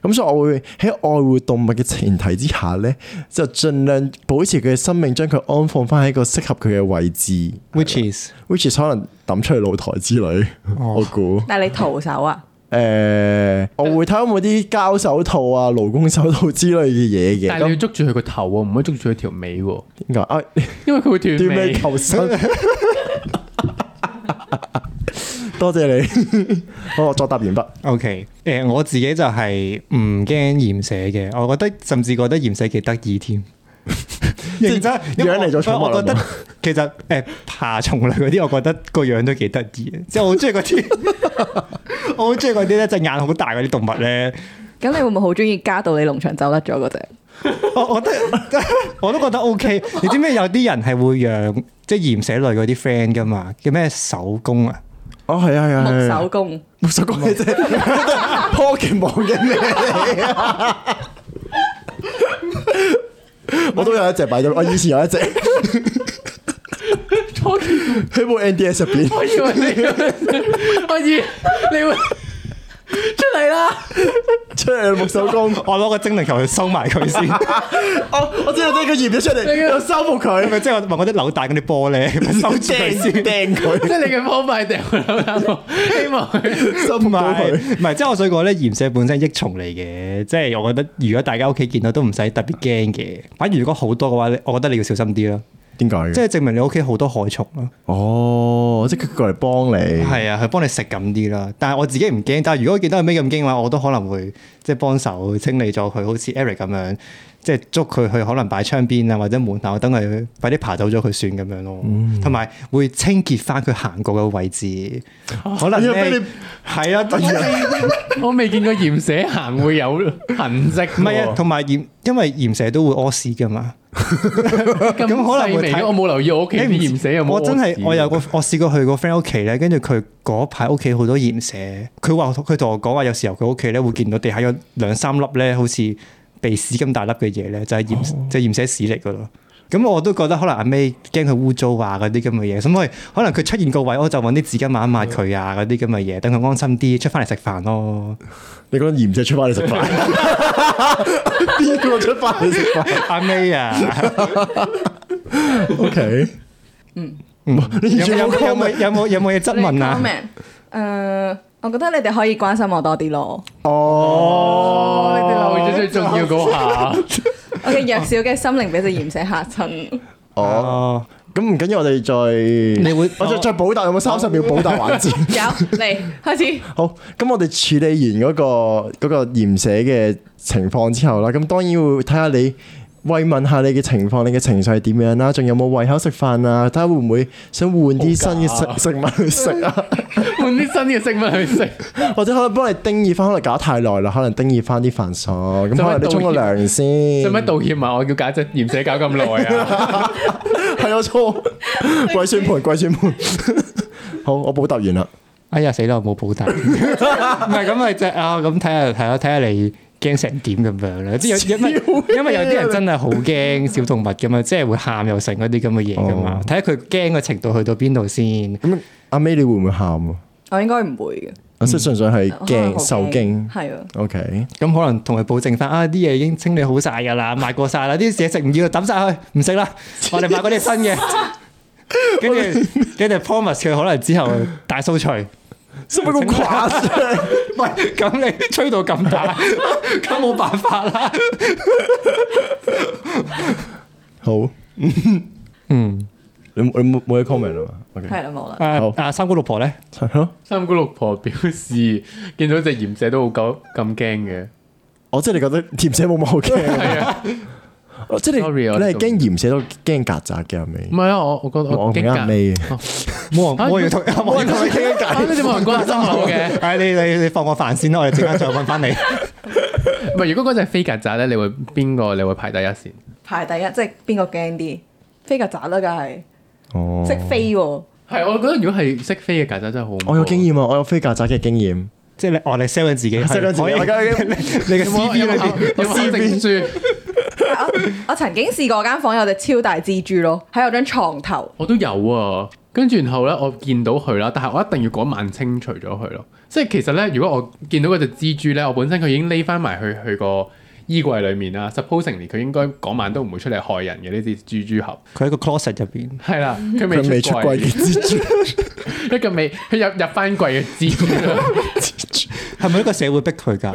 Speaker 3: 咁所以我會喺愛護動物嘅前提之下咧，就盡量保持佢嘅生命，將佢安放翻喺一個適合佢嘅位置
Speaker 4: Which is
Speaker 3: ，which is 可能抌出去露台之類，我估。
Speaker 5: 但係你徒手啊？
Speaker 3: 誒、我會睇下有冇啲膠手套啊、勞工手套之類嘅嘢
Speaker 1: 但
Speaker 3: 嘅。
Speaker 1: 係你
Speaker 3: 咁
Speaker 1: 要捉住佢個頭喎，唔可以捉住佢條尾喎，
Speaker 3: 點解啊？
Speaker 1: 因為佢會斷
Speaker 3: 斷
Speaker 1: 尾
Speaker 3: 尾。求 生。多謝你， 好，我作答完畢。
Speaker 4: OK，誒、我自己就係唔驚鹽蛇嘅，我覺得甚至覺得鹽蛇幾得意添。 認真因為我
Speaker 3: 養嚟做寵物
Speaker 4: 我覺得
Speaker 3: 啦
Speaker 4: 其實誒、爬蟲類嗰啲，我覺得個樣都幾得意嘅，即係我好中意嗰啲， 我好中意嗰啲咧，隻眼好大嗰啲動物咧，
Speaker 5: 咁你會唔會好中意加到你農場走甩咗嗰只？
Speaker 4: 我我覺得 我都覺得 OK。你知唔知有啲人係會養即係鹽蛇類嗰啲 friend 噶嘛？叫咩手工啊？
Speaker 3: 哦，係啊，係啊，
Speaker 5: 木
Speaker 3: 係
Speaker 5: 手
Speaker 3: 啊
Speaker 5: 工
Speaker 3: 木手工嘅啫 ，Pokemon 嘅咩 嚟啊？我都有一隻擺咗，我以前有一隻
Speaker 1: 初見
Speaker 3: 喺部 NDS 入 邊。
Speaker 1: 我以為你，我以為你會出嚟啦。
Speaker 3: 出嚟啦木手工，
Speaker 4: 我攞個精靈球去收埋佢先。
Speaker 3: 哦我我知道呢個驗咗出嚟，我收服
Speaker 4: 係
Speaker 3: 佢，
Speaker 4: 咪即係我問嗰啲扭蛋嗰啲波咧，咪收住佢
Speaker 3: 掟
Speaker 4: 先？
Speaker 3: 掟
Speaker 1: 即
Speaker 3: 佢，
Speaker 1: 係你嘅方法係掉樓下度，希望佢
Speaker 3: 收
Speaker 4: 唔
Speaker 3: 服到
Speaker 4: 係
Speaker 3: 佢。
Speaker 4: 唔係，即係我想講咧，鹽蛇本身益蟲嚟嘅，即係我覺得如果大家屋企見到都唔使特別驚嘅。反而如果好多嘅話咧，我覺得你要小心啲咯，
Speaker 3: 點解嘅
Speaker 4: 即係證明你屋企好多害蟲咯。
Speaker 3: 哦，即係佢過嚟幫你。
Speaker 4: 係啊，佢幫你食咁啲啦。但係我自己唔驚，但係如果見到佢咩咁驚嘅話，我都可能會即係幫手清理咗佢，好似 Eric 咁樣，即係捉佢去可能擺窗邊啊或者門口，等佢快啲爬走咗佢算咁樣咯。同埋、會清潔翻佢行過嘅位置，可能
Speaker 3: 哎呀俾
Speaker 4: 咧
Speaker 3: 你
Speaker 4: 係啊，突然
Speaker 1: 我未見過鹽蛇行會有痕跡喎。
Speaker 4: 唔係啊，同埋鹽，因為鹽蛇都會屙屎噶嘛。
Speaker 1: 咁
Speaker 4: 咁可能
Speaker 1: 細
Speaker 4: 會
Speaker 1: 微
Speaker 4: 睇
Speaker 1: 嘅，我冇留意我屋企啲
Speaker 4: 你唔
Speaker 1: 鹽蛇有冇
Speaker 4: 我真係
Speaker 1: 屙屎
Speaker 4: 我 有個我試過去個 friend 屋企咧，跟住佢嗰排屋企好多鹽蛇，佢話佢同我講話，有時候佢屋企咧會見到地下有兩三粒咧，好似鼻屎咁大粒嘅嘢咧，就係
Speaker 1: 哦
Speaker 4: 鹽就係鹽蛇屎嚟噶咯。咁我都覺得可能阿 May 驚佢污糟啊嗰啲咁嘅嘢，咁我可能佢出現個位，我就揾啲紙巾抹一抹佢啊嗰啲咁嘅嘢，等佢安心啲出翻嚟食飯咯。
Speaker 3: 你講鹽仔出翻嚟 食飯，邊個出翻嚟食飯
Speaker 4: 阿 May 啊，
Speaker 3: ？O K，
Speaker 4: 嗯
Speaker 3: 你
Speaker 4: 有
Speaker 3: 完全冇
Speaker 4: 冇有
Speaker 3: comment
Speaker 4: 冇有冇有冇嘢質問啊？
Speaker 5: comment，誒，我覺得你哋可以關心我多啲咯。
Speaker 1: 哦，你哋留意咗最重要嗰下。
Speaker 5: 我嘅弱小嘅心靈俾只鹽蛇嚇親，
Speaker 3: 哦，
Speaker 4: 哦，
Speaker 3: 咁唔緊要，我哋再
Speaker 4: 你會哦
Speaker 3: 我再再補答，有冇三十秒補答環 節？
Speaker 5: 有嚟開始。
Speaker 3: 好，咁我哋處理完嗰、個嗰、個驗社嘅情況之後啦，咁當然會睇下你慰問下你嘅情況，你嘅情緒係點樣啦，仲有冇胃口食飯啊？睇下會唔會想換啲新嘅食食物去食啊？
Speaker 1: 換啲新嘅食物去食，
Speaker 3: 或者可能幫你叮熱翻，可能搞太耐啦，可能叮熱翻啲飯餸，咁
Speaker 1: 使
Speaker 3: 可
Speaker 1: 唔使
Speaker 3: 能你沖個
Speaker 1: 道
Speaker 3: 涼先
Speaker 1: 使唔。使道歉啊？我叫解姐鹽蛇搞咁耐啊！
Speaker 3: 係啊我 錯，貴算盤貴算盤。 好，我補答完啦。
Speaker 4: 哎呀死啦！我冇補答， 唔係咁咪就啊咁睇下睇下睇下你驚成點咁樣啦，即係有因為因為有啲人真係好驚小動物咁樣，即係會喊又成嗰啲咁嘅嘢噶
Speaker 3: 哦，
Speaker 4: 嘛睇下佢驚嘅程度去到邊度先。
Speaker 3: 咁阿 May 你會唔會喊啊？
Speaker 5: 我應該唔會嘅，
Speaker 3: 即
Speaker 1: 嗯
Speaker 3: 係純粹係
Speaker 5: 驚
Speaker 3: 驚受驚。
Speaker 5: 系啊，
Speaker 3: OK，
Speaker 4: 咁可能同佢保證翻啊，啲嘢已經清理好晒㗎 啦，賣過晒啦，啲嘢食唔要就抌晒佢，唔食啦，我哋買嗰啲新 嘅。跟住，跟住 promise 佢可能之後大掃 除，唔
Speaker 3: 使乜咁誇張？
Speaker 4: 係咁你吹到咁大，咁冇辦法啦。
Speaker 3: 好，
Speaker 4: 嗯，
Speaker 3: 你冇你冇冇嘢 comment 啊嘛？OK，
Speaker 5: 系啦，冇啦。
Speaker 4: 啊
Speaker 3: 好
Speaker 4: 啊三姑六婆咧，
Speaker 3: 係咯，
Speaker 1: 三姑六婆表示見到只鹽蛇都好狗咁驚嘅，
Speaker 3: 我即係你覺得鹽蛇冇乜好驚，
Speaker 1: 係啊，
Speaker 3: 哦即係
Speaker 1: Sorry，我
Speaker 3: 你你係
Speaker 1: 哋
Speaker 3: 驚鹽蛇都驚曱甴嘅係咪
Speaker 1: 唔？係啊，我我覺得
Speaker 3: 我
Speaker 1: 我
Speaker 3: 唔
Speaker 1: 驚
Speaker 3: 啱
Speaker 1: 㗎。
Speaker 3: 你嘅，
Speaker 4: 冇人冇人同冇人同你傾偈。
Speaker 1: 啊，你哋冇人關心我嘅。
Speaker 4: 唉，你你你放我飯先啦，我哋陣間再揾翻你。
Speaker 1: 唔係，如果嗰只飛曱甴咧，你會邊個？你會排第一先？
Speaker 5: 排第一，即係邊個驚啲？飛曱甴啦，梗係
Speaker 3: 哦，
Speaker 5: 識飛喎，
Speaker 1: 係，我覺得如果係識飛嘅曱甴真係好。
Speaker 3: 我有經。驗啊，我有飛曱甴嘅經驗。
Speaker 4: 即係你，哦，你 sell 緊自己
Speaker 3: sell 緊自己
Speaker 4: 係
Speaker 3: 我而家已經
Speaker 4: 你你嘅
Speaker 1: 有冇
Speaker 4: CV
Speaker 1: 有
Speaker 4: 裏邊
Speaker 1: 冇有冇證書？
Speaker 5: 我我曾經試過間房有隻超大蜘蛛咯，喺我張床頭。
Speaker 1: 我都有啊。跟住然後咧，我見到佢啦，但係我一定要嗰晚清除咗佢咯。即係其實咧，如果我見到嗰隻蜘蛛咧，我本身佢已經匿翻埋去去個衣櫃裡面啦。Supposingly 佢應該嗰晚都唔會出嚟害人嘅呢隻蜘蛛俠。
Speaker 4: 佢喺個 closet 入邊。
Speaker 1: 係啦，佢
Speaker 3: 佢
Speaker 1: 未
Speaker 3: 未
Speaker 1: 出
Speaker 3: 出
Speaker 1: 櫃
Speaker 3: 櫃嘅蜘 蛛，
Speaker 1: 一個未佢入入翻櫃嘅蜘蛛啦，
Speaker 4: 係咪呢個社會逼佢㗎？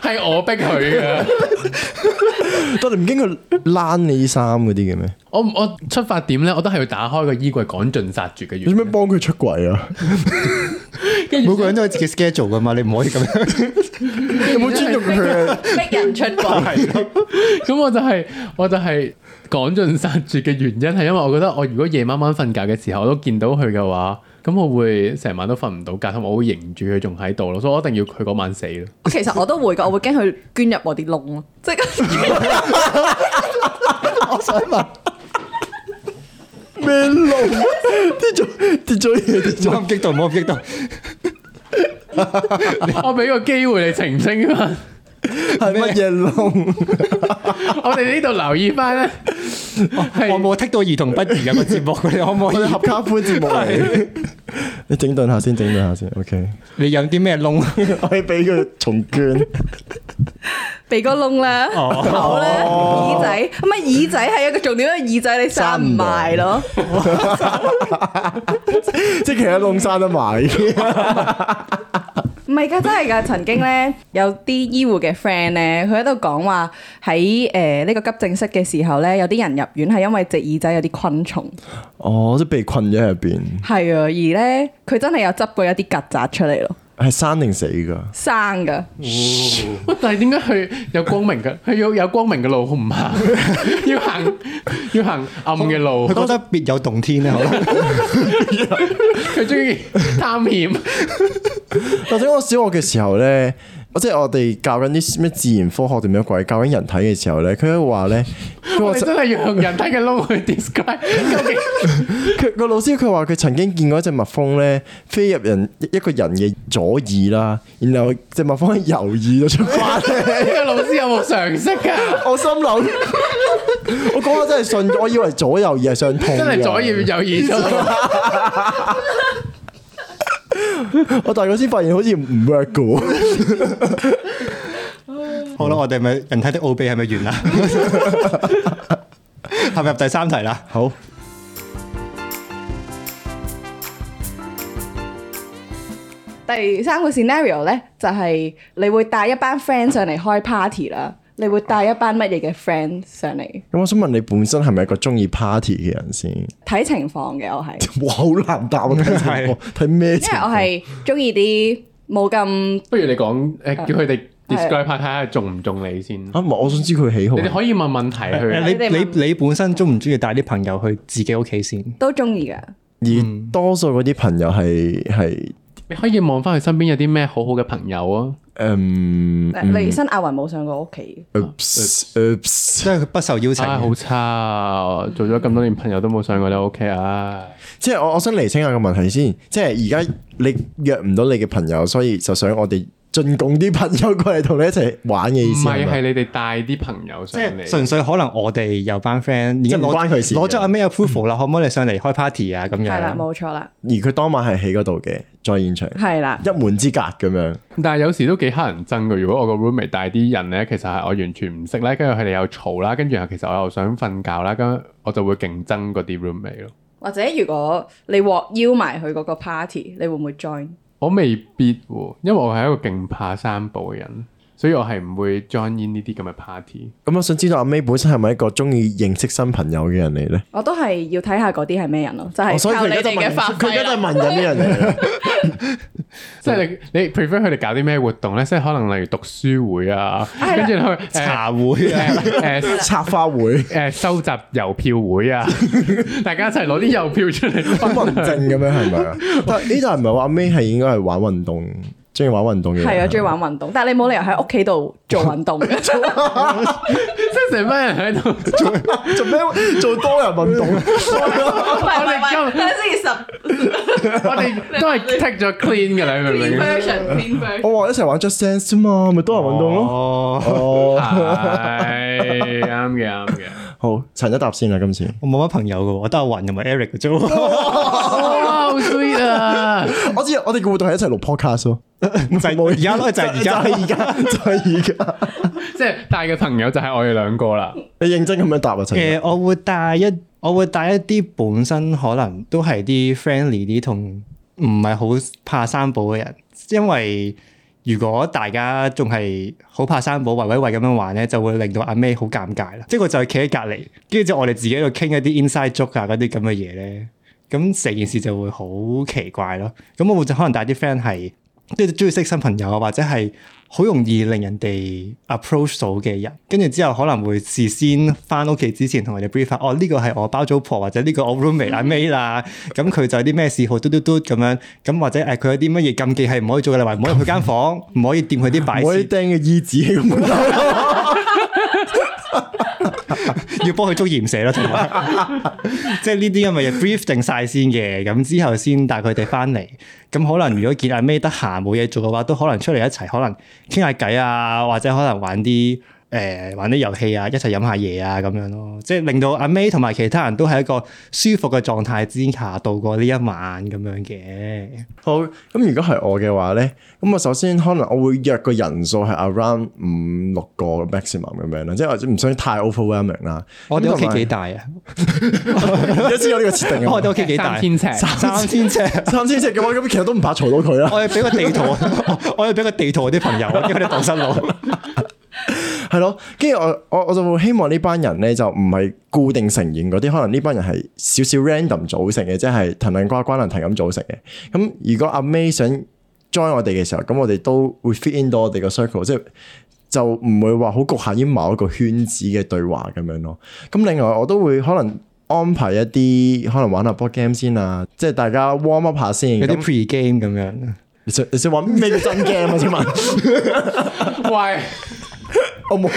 Speaker 1: 係我逼佢嘅。
Speaker 3: 但你唔驚佢躝你衫嗰啲嘅咩？
Speaker 1: 我唔我出發點咧，我都係要打開個衣櫃趕盡殺絕嘅
Speaker 3: 你
Speaker 1: 原
Speaker 3: 做
Speaker 1: 因
Speaker 3: 咩。幫佢出櫃啊？
Speaker 1: 跟
Speaker 4: 每
Speaker 1: 住
Speaker 4: 個人都有自己 schedule 㗎嘛，你唔可以咁 樣。
Speaker 3: 有冇尊重佢啊？
Speaker 5: 逼人出櫃，
Speaker 1: 咁我就係、我就係趕盡殺絕嘅原因係因為我覺得我如果夜晚晚瞓覺嘅時候我都見到佢嘅話，咁我會成晚都瞓唔到覺，同埋我會迎住佢仲喺度咯，所以我一定要佢嗰晚死咯。
Speaker 5: 其實我都會噶，我會驚佢捐入我啲窿咯，即係
Speaker 3: 我想問 咩路？跌咗跌咗嘢，跌
Speaker 4: 唔
Speaker 3: 咗
Speaker 4: 好咁激動，唔好咁激動。
Speaker 1: 我俾個機會你澄清啊嘛！
Speaker 3: 係乜嘢窿？
Speaker 1: 我哋呢度留意翻咧，係
Speaker 4: 我冇剔到兒童不宜嘅個節目， 你可唔
Speaker 3: 我
Speaker 4: 可
Speaker 3: 哋合
Speaker 4: 以？
Speaker 3: 家歡節目嚟。 你整頓下先，整頓下先。OK，
Speaker 4: 你有啲咩窿？
Speaker 3: 我可以俾佢重捐。
Speaker 5: 鼻哥窿咧、口咧、耳仔，咁啊耳仔係一個重點，因為耳仔你閂唔埋咯。
Speaker 3: 即係其他窿生得埋，
Speaker 5: 唔係㗎，真係㗎！曾經咧有啲醫護嘅 friend 咧，佢喺度講話喺誒呢個急症室嘅時候咧，有啲人入院係因為隻耳仔有啲昆蟲，
Speaker 3: 哦，即係被困咗喺入邊，
Speaker 5: 係啊，而咧佢真係有執過一啲曱甴出嚟咯，
Speaker 3: 係生定死噶？
Speaker 5: 生㗎，
Speaker 1: 喂，但係點解佢有光明嘅？佢要有光明嘅路好唔行， 要行要行暗嘅路
Speaker 4: 佢。覺得別有洞天咧，可 能
Speaker 1: 佢中意探 險。
Speaker 3: 或者我小學嘅時候咧，我即係我哋教緊啲咩自然科學定咩鬼，教緊人體嘅時候咧，佢都話咧，佢
Speaker 1: 我
Speaker 3: 話
Speaker 1: 哋真係要用人體嘅窿去 describe 究竟。
Speaker 3: 佢個老師佢話佢曾經見過一隻蜜蜂咧飛入人一個人嘅左耳啦，然後隻蜜蜂喺右耳咗出翻嚟。
Speaker 1: 呢個老師有冇常識啊㗎？
Speaker 3: 我 心諗，我嗰刻真係信咗，我以為左右耳係相
Speaker 4: 啊
Speaker 3: 通嘅。
Speaker 1: 真係左耳右耳出，
Speaker 3: 我大個先發現好似唔 work 嘅喎。
Speaker 4: 好啦，我哋咪人體的奧秘係咪完啦？ 係咪入第三題啦？
Speaker 3: 好，
Speaker 5: 第三個 scenario 咧就係、你會帶一班 friend 上嚟開 party 啦，你會帶一班乜嘢嘅 friend 上嚟？
Speaker 3: 咁我想問你本身係咪一個中意 party 嘅人先？
Speaker 5: 睇情況嘅我係。
Speaker 3: 哇，好難 答啊！睇情況睇咩
Speaker 5: 因
Speaker 3: 情
Speaker 5: 為我
Speaker 3: 況？
Speaker 5: 係中意啲冇咁
Speaker 1: 不如你講誒，叫佢哋 describe
Speaker 5: describe
Speaker 1: 下睇下中唔中你先。
Speaker 3: 啊，唔係我想知佢喜好
Speaker 1: 你。哋可以問問題
Speaker 4: 誒
Speaker 1: 去。
Speaker 5: 你哋
Speaker 4: 你
Speaker 5: 問
Speaker 4: 你你本身中唔中意帶啲朋友去自己屋企先？
Speaker 5: 都中意㗎。
Speaker 1: 嗯
Speaker 3: 而多數嗰啲朋友係係
Speaker 1: 你可以望翻佢身邊有啲咩好好嘅朋友啊。
Speaker 3: 嗯
Speaker 5: 例如新亞雲冇上過屋企，
Speaker 3: oops oops。
Speaker 4: 即係佢不受邀請
Speaker 1: 唉，
Speaker 4: 嘅。
Speaker 1: 好差啊！做咗咁多年朋友都冇上過你屋企啊！
Speaker 3: 即係我我想厘清下個問題先，即係而家你約唔到你嘅朋友，所以就想我哋進貢啲朋友過嚟同你一齊玩嘅意
Speaker 1: 唔
Speaker 3: 思
Speaker 1: 係
Speaker 3: 係
Speaker 1: 係
Speaker 3: 咪？
Speaker 1: 你哋帶啲朋友上
Speaker 4: 即
Speaker 1: 嚟，
Speaker 4: 係純粹可能我哋有班 friend 已經
Speaker 3: 即係唔關
Speaker 4: 攞
Speaker 3: 佢事嘅嗯
Speaker 4: 攞咗阿 May approval 啦，可唔可以上嚟開 party 啊？咁
Speaker 5: 系
Speaker 4: 樣
Speaker 5: 啦，冇錯啦，
Speaker 3: 而佢當晚係喺嗰度嘅，在現場
Speaker 5: 係啦，
Speaker 3: 一門之隔咁樣。
Speaker 1: 但係有時都幾乞人憎嘅。如果我個 roommate 帶啲人咧，其實係我完全唔識咧，跟住佢哋又嘈啦，跟住又其實我又想瞓覺啦，咁我就會競爭嗰啲 roommate 咯。
Speaker 5: 或者如果你獲邀埋去嗰個 party，你會唔會 join？
Speaker 1: 我未必喎，因為我係一個勁怕三寶嘅人，所以我係唔會 join in 呢啲咁嘅 party。
Speaker 3: 咁我想知道阿 May 本身係咪一個中意認識新朋友嘅人嚟咧？
Speaker 5: 我都係要睇下嗰啲係咩人咯，就
Speaker 3: 哦
Speaker 5: 係
Speaker 3: 所以
Speaker 5: 靠
Speaker 3: 佢
Speaker 5: 你
Speaker 3: 而家就
Speaker 5: 哋
Speaker 3: 問
Speaker 5: 嘅發
Speaker 3: 佢而
Speaker 5: 揮
Speaker 3: 家就係
Speaker 5: 啦。
Speaker 3: 問緊呢樣嘢啦。
Speaker 1: 即
Speaker 5: 嗯
Speaker 1: 係你你 prefer 佢哋搞啲咩活動咧？即係可能例如讀書會啊，
Speaker 5: 係
Speaker 1: 跟
Speaker 5: 啦
Speaker 1: 住 去
Speaker 4: 茶會啊，
Speaker 1: 誒誒
Speaker 3: 插花會
Speaker 1: 誒收集郵票會 啊，大家一齊攞啲郵票出嚟
Speaker 3: 好
Speaker 1: 分
Speaker 3: 文
Speaker 1: 啊。
Speaker 3: 靜咁樣係咪啊？但呢度係唔係話阿 May 係應該係玩運動，中意玩運動嘅人？
Speaker 5: 係啊，中意玩運動，但係你冇理由喺屋企度做運 動嘅，
Speaker 1: 即係成班人喺度，
Speaker 3: 做咩做多人運動？
Speaker 5: 唔係唔係唔係，等陣先十
Speaker 1: 我哋都係剔咗 clean 嘅啦，你明唔
Speaker 5: clean
Speaker 1: 明？
Speaker 5: version clean version，
Speaker 3: 我話一齊玩 Just Dance 啫嘛，咪多人運動咯。哦，
Speaker 4: 哦，
Speaker 1: 係啱嘅，啱 嘅。
Speaker 3: 好，陳一答先啦，今次。
Speaker 4: 我冇乜朋友嘅喎，我得阿雲同埋 Eric 嘅啫 喎。
Speaker 1: 哇，哦好 sweet 啊！
Speaker 3: 我知我哋嘅活動係一齊錄 podcast 咯，
Speaker 4: 就係而家咯，就係而家
Speaker 3: 就係而家， 就係而家。
Speaker 1: 即係帶嘅朋友就係我哋兩個啦。
Speaker 3: 你認真咁樣答啊，陳一
Speaker 4: 誒，我會帶一我會帶一啲本身可能都係啲 friendly 啲同唔係好怕生保嘅人，因為如果大家仲係好怕生保，圍圍圍咁樣玩咧，就會令到阿 May 好尷尬啦。即係佢就係企喺隔離，跟住就我哋自己喺度傾一啲 inside joke 啊嗰啲咁嘅嘢咧，咁成件事就會好奇怪咯。咁我會就可能帶啲 friend 係即係中意識新朋友啊，或者係好容易令人哋 approach 到嘅人，跟住之後可能會事先翻屋企之前同人哋 brief 下，哦呢個係我包租婆或者呢個我 roommate 阿 May 啦，咁佢就有啲咩嗜好嘟嘟嘟咁樣，咁或者誒佢有啲乜嘢禁忌係唔可以做嘅，例如唔可以入佢間房，唔可以掂佢啲擺
Speaker 3: 唔可以
Speaker 4: 設，啊
Speaker 3: 釘 E 嘅衣紙咁樣。
Speaker 4: 要幫佢捉鹽蛇啦，同埋 即係呢啲咁嘅嘢 brief 定晒先嘅，咁之後先帶佢哋翻嚟。咁可能如果見阿 May 得閒冇嘢做嘅話，都可能出嚟一齊可能傾下偈啊，或者可能玩啲誒、呃玩啲遊戲啊，一齊飲下嘢啊咁樣咯。即係令到阿 May 同埋其他人都喺一個舒服嘅狀態之下度過呢一晚咁樣嘅。
Speaker 3: 好，咁如果係我嘅話咧，咁啊我首先可能我會約個人數係 around 五六個 maximum 咁樣啦，即係或者唔想太 overwhelming 啦。
Speaker 4: 我哋屋企
Speaker 3: 咁
Speaker 4: 幾
Speaker 3: 同
Speaker 4: 大啊？
Speaker 3: 埋？一知有呢個設定
Speaker 4: 我
Speaker 3: 啊
Speaker 4: 哋屋企幾大？
Speaker 1: 三千尺
Speaker 4: 三千尺。
Speaker 3: 三千尺嘅話，咁其實都唔怕嘈到佢啦。
Speaker 4: 我要俾個地圖，我要俾個地圖我啲朋友，因為佢哋蕩失 路。
Speaker 3: 係咯，跟住我我我就會希望呢班人咧就唔係固定成員嗰啲，可能呢班人係少少 random 組成嘅，即係騰騰瓜瓜能騰咁組成嘅。咁如果阿 May 想 join 我哋嘅時候，咁我哋都會 fit in 到我哋個 circle，即係就唔會話好局限於某一個圈子嘅對話咁樣咯。咁另外我都會可能安排一啲可能玩下 board game 先啊，即係大家 warm up 下先。
Speaker 4: 有啲
Speaker 3: 咁
Speaker 4: pre game 咁樣，
Speaker 3: 你想你想玩咩叫真 game 啊？請問？
Speaker 1: 喂，
Speaker 3: 我冇，唔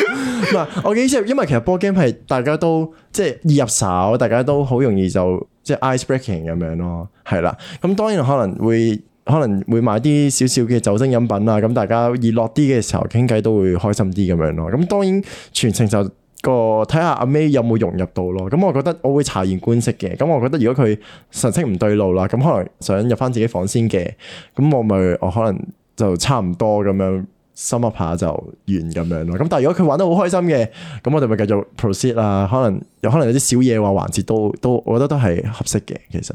Speaker 3: 係我嘅意思係，因為其實 board game 係大家都即係易入手，大家都好容易就即係 ice breaking 咁樣咯，係啦。咁當然可能會可能會買啲少少嘅酒精飲品啊，咁大家熱絡啲嘅時候傾偈都會開心啲咁樣咯。咁當然全程就。個睇下阿 May 有冇融入到咯，咁我覺得我會察言觀色嘅，咁我覺得如果佢神色唔對路啦，咁可能想入翻自己房先嘅，咁我咪我可能就差唔多咁樣深入下就完咁樣咯。咁但係如果佢玩得好開心嘅，咁我哋咪繼續 proceed 啦。可能有可能有啲小嘢話環節都都，我覺得都係合適嘅。其實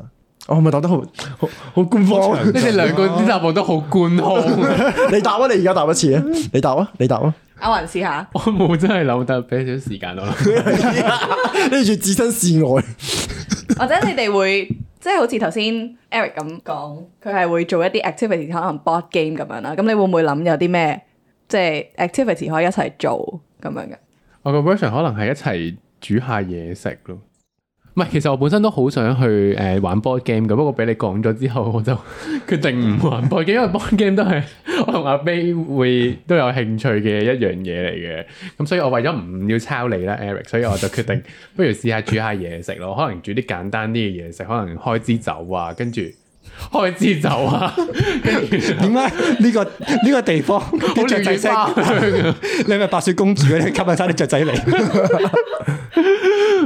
Speaker 3: 我係咪答得好好好官方？
Speaker 1: 你哋兩個啲答案都好官腔，我
Speaker 3: 你答啊！你而家答一次啊！你答啊！你答啊！
Speaker 5: 阿雲試下，
Speaker 1: 冇真係諗得，俾少時間我。
Speaker 3: 你住置身事外，
Speaker 5: 或者你哋會即係好似頭先 Eric 咁講，佢係會做一啲 activity，可能 board game 咁樣啦。咁你會唔會諗有啲咩即係 activity 可以一齊做咁樣嘅？
Speaker 1: 我個 version 可能係一齊煮下嘢食咯。唔係，其實我本身都好想去誒、呃玩 board game 嘅，不過俾你講咗之後， 我就決定唔玩 board game，因為 board game 都係 我同阿 May 會都有興趣嘅一樣嘢嚟嘅。咁所以我為咗唔要抄你啦，Eric，所以我就決定不如試下煮下嘢食咯。可能煮啲簡單啲嘅嘢食，可能開支酒啊，跟住開支酒啊，跟住
Speaker 4: 點解呢個呢個地方
Speaker 1: 好
Speaker 4: 啲雀
Speaker 1: 亂
Speaker 4: 仔聲？
Speaker 1: 花香啊
Speaker 4: 你係咪白雪公主咧吸引晒啲雀仔嚟？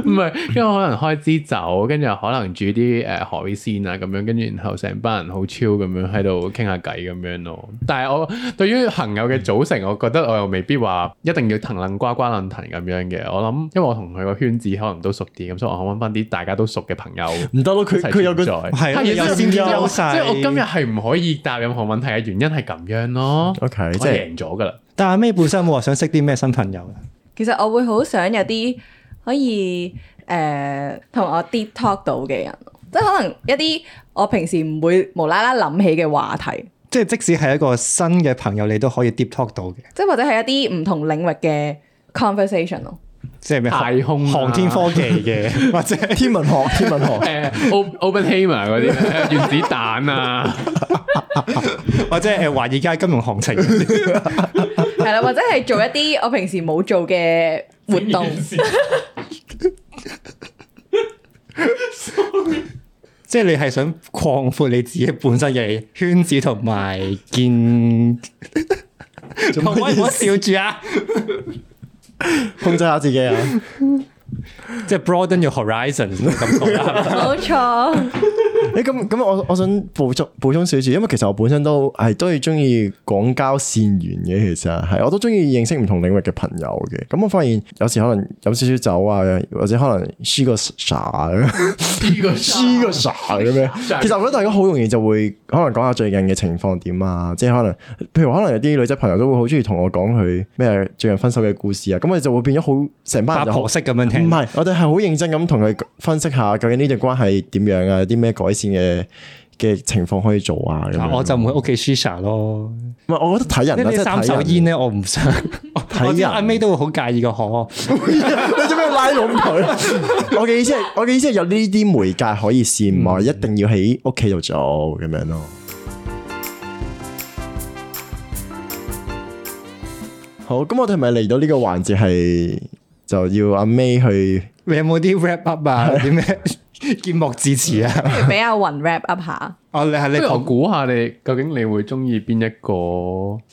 Speaker 1: 唔係，因為可能開支酒，跟住又可能煮啲誒海鮮啊咁樣，跟住然後成班人好超咁樣喺度傾下偈咁樣咯。但係我對於朋友嘅組成，我覺得我又未必話一定要騰楞瓜瓜楞騰咁樣嘅。我諗因為我同佢個圈子可能都熟啲，咁所以我揾翻啲大家都熟嘅朋友。
Speaker 3: 唔得咯，佢
Speaker 1: 一齊
Speaker 3: 佢有個
Speaker 1: 存在
Speaker 4: 係
Speaker 1: 係
Speaker 4: 有
Speaker 1: 即係
Speaker 4: 先天
Speaker 1: 即係我
Speaker 4: 優勢
Speaker 1: 即係我今日係唔可以答任何問題嘅原因係咁樣咯。
Speaker 3: OK，
Speaker 1: 我
Speaker 3: 即係
Speaker 1: 贏咗噶啦。
Speaker 4: 但阿 May 本身有冇話想識啲咩新朋友啊？
Speaker 5: 其實我會好想有啲可以誒同、我 deep talk 到嘅人，即係可能一啲我平時唔會無啦啦諗起嘅話題，
Speaker 4: 即係即使係一個新嘅朋友，你都可以 deep talk 到嘅，
Speaker 5: 即係或者係一啲唔同領域嘅 conversation 咯。
Speaker 4: 即係咩航
Speaker 1: 太空啊
Speaker 4: 航天科技 嘅， 或者
Speaker 3: 天文學，天文學。
Speaker 1: 誒 O- Oppenheimer 嗰啲咧原子彈啊，
Speaker 4: 或者誒華爾街金融行情，即
Speaker 5: 係啦，或者係做一啲我平時冇做嘅活動，
Speaker 4: 係你係想擴闊你自己本身嘅圈子同埋見。
Speaker 3: 做
Speaker 4: 唔好
Speaker 3: 乜
Speaker 4: 唔好
Speaker 3: 嘢
Speaker 4: 笑住啊！
Speaker 3: 控制下自 己啊！
Speaker 4: 即係 broaden your horizon 咁 講啦。
Speaker 5: 冇錯。
Speaker 3: 誒咁咁，我我想補足補充少少，因為其實我本身都係都係中意廣交善緣嘅，其實係我都中意認識唔同領域嘅朋友嘅。咁我發現有時可能飲少少酒啊，或者可能輸個 茶咁樣，
Speaker 1: 呢個
Speaker 3: 輸個茶咁樣。其實我覺得大家好容易就會可能講下最近嘅情況點啊，即係可能譬如可能有啲女仔朋友都會好中意同我講佢咩最近分手嘅故事啊，咁我哋就會變咗好成班人
Speaker 4: 八
Speaker 3: 就好
Speaker 4: 婆式咁樣聽，
Speaker 3: 唔係，我哋係好認真咁同佢分析下究竟呢段關係點樣啊，有啲咩改善嘅嘅情況可以做啊咁樣。
Speaker 4: 我就唔會屋企 shisha 咯。
Speaker 3: 唔係，我覺得睇
Speaker 4: 呢
Speaker 3: 人啦，即
Speaker 4: 啲
Speaker 3: 係
Speaker 4: 三
Speaker 3: 睇
Speaker 4: 手
Speaker 3: 人。
Speaker 4: 煙咧，我唔 想。
Speaker 3: 睇人
Speaker 4: 我知阿 May 都會好介意 個可，
Speaker 3: 你做咩拉攏佢？我嘅意思係，我嘅意思係有呢啲媒介可以試，唔係一定要喺屋企度做咁樣咯。好，咁我哋係咪嚟到呢個環節係就要阿 May 去？
Speaker 4: 你有冇啲 wrap up 啊？啲咩 見幕致詞啊？
Speaker 5: 不如俾阿雲 wrap up 下。
Speaker 4: 哦，你係你
Speaker 1: 不如我
Speaker 4: 同
Speaker 1: 估下你究竟你會中意邊一個？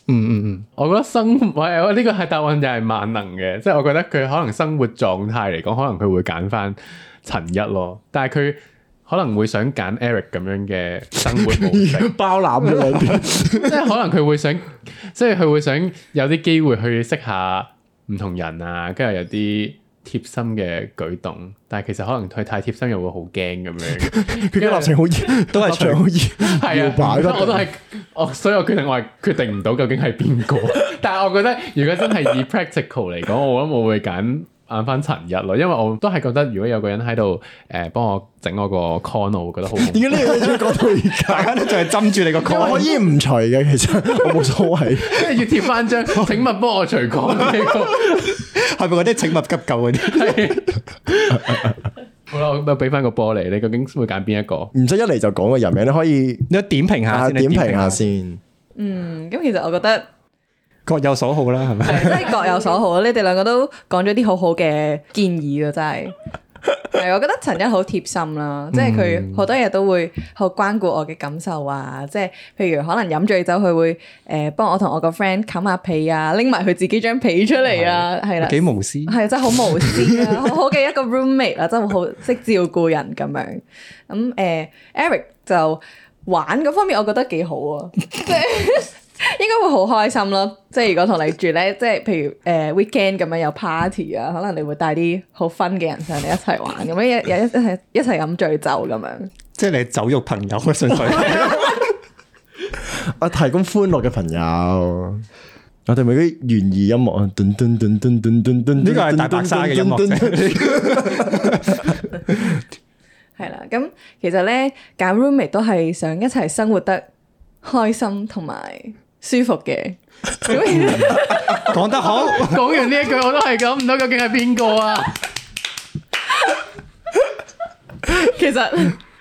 Speaker 4: 嗯嗯
Speaker 1: 我覺得生活，喂我呢個係答案就係萬能嘅，即係我覺得佢可能生活狀態嚟講，可能佢會揀翻陳一咯，但係佢可能會想揀 Eric 咁樣嘅生活模式。
Speaker 3: 包攬 咗兩邊。
Speaker 1: 即係可能佢會想，即係佢會想有啲機會去識下唔同人啊，跟住有啲貼心嘅舉動，但係其實可能佢太貼心又會好驚咁 樣。
Speaker 3: 佢嘅立場好熱，都
Speaker 4: 係
Speaker 3: 場好熱，
Speaker 1: 係
Speaker 3: 搖
Speaker 1: 啊，
Speaker 3: 擺不
Speaker 1: 我都
Speaker 3: 定。
Speaker 1: 係我，所以我決定我係決定唔到究竟係邊 個。但係我覺得如果真係以 practical 嚟講，我諗我會揀。揀翻陳日咯，因為我都係覺得如果有個人喺度誒幫我整我個 con，我會覺得好 恐怖。
Speaker 3: 點解呢樣嘢仲要講到而
Speaker 4: 嗯，大家都仲係針住你個
Speaker 3: 家？我可
Speaker 4: 可。
Speaker 3: 以唔除 嘅，其實我冇所謂。
Speaker 1: 跟住要貼翻張，請勿幫我除 con 呢個。
Speaker 4: 係咪嗰啲請勿急救嗰啲？
Speaker 1: 好啦，我俾翻個波你，你究竟會揀邊一個？
Speaker 3: 唔使一嚟就講個人名，你可以
Speaker 4: 你點評下
Speaker 3: 啊
Speaker 4: 先，
Speaker 3: 點
Speaker 4: 你
Speaker 3: 評下，先。
Speaker 5: 嗯，咁其實我覺得
Speaker 4: 各有所好啦，係咪？
Speaker 5: 係真係各有所好。你哋兩個都講咗啲好好嘅建議啊，真 係。係，我覺得陳一好貼心啦，即係佢好多嘢都會好關顧我嘅感受啊，即係譬如可能飲醉酒，佢會誒幫我同我個 friend 冚下被啊，拎埋佢自己張被出嚟啊，係啦，
Speaker 4: 幾無私。
Speaker 5: 係真係好無私啊，好好嘅一個 roommate 啊啦，真係好識照顧人咁樣。咁、誒、Eric 就玩嗰方面，我覺得幾好啊，即係應該會好開心咯。即係如果同你住咧，即係譬如誒、weekend 呃咁樣有 party 啊，可能你會帶啲好 fun 嘅人上嚟一齊玩，咁樣一一一齊一齊飲醉酒咁樣。
Speaker 4: 即係你係酒肉朋 友啊，純粹。
Speaker 3: 啊，提供歡樂嘅朋友，我哋咪啲懸疑音樂啊，噔噔噔噔噔噔噔。
Speaker 4: 呢個係大白鯊嘅音樂 啫。
Speaker 5: 係啦，咁其實咧揀 roommate 都係想一齊生活得開心同埋舒服嘅。咁
Speaker 4: 講得好，
Speaker 1: 講完呢一句，我都係咁，唔到究竟係邊個啊？
Speaker 5: 其實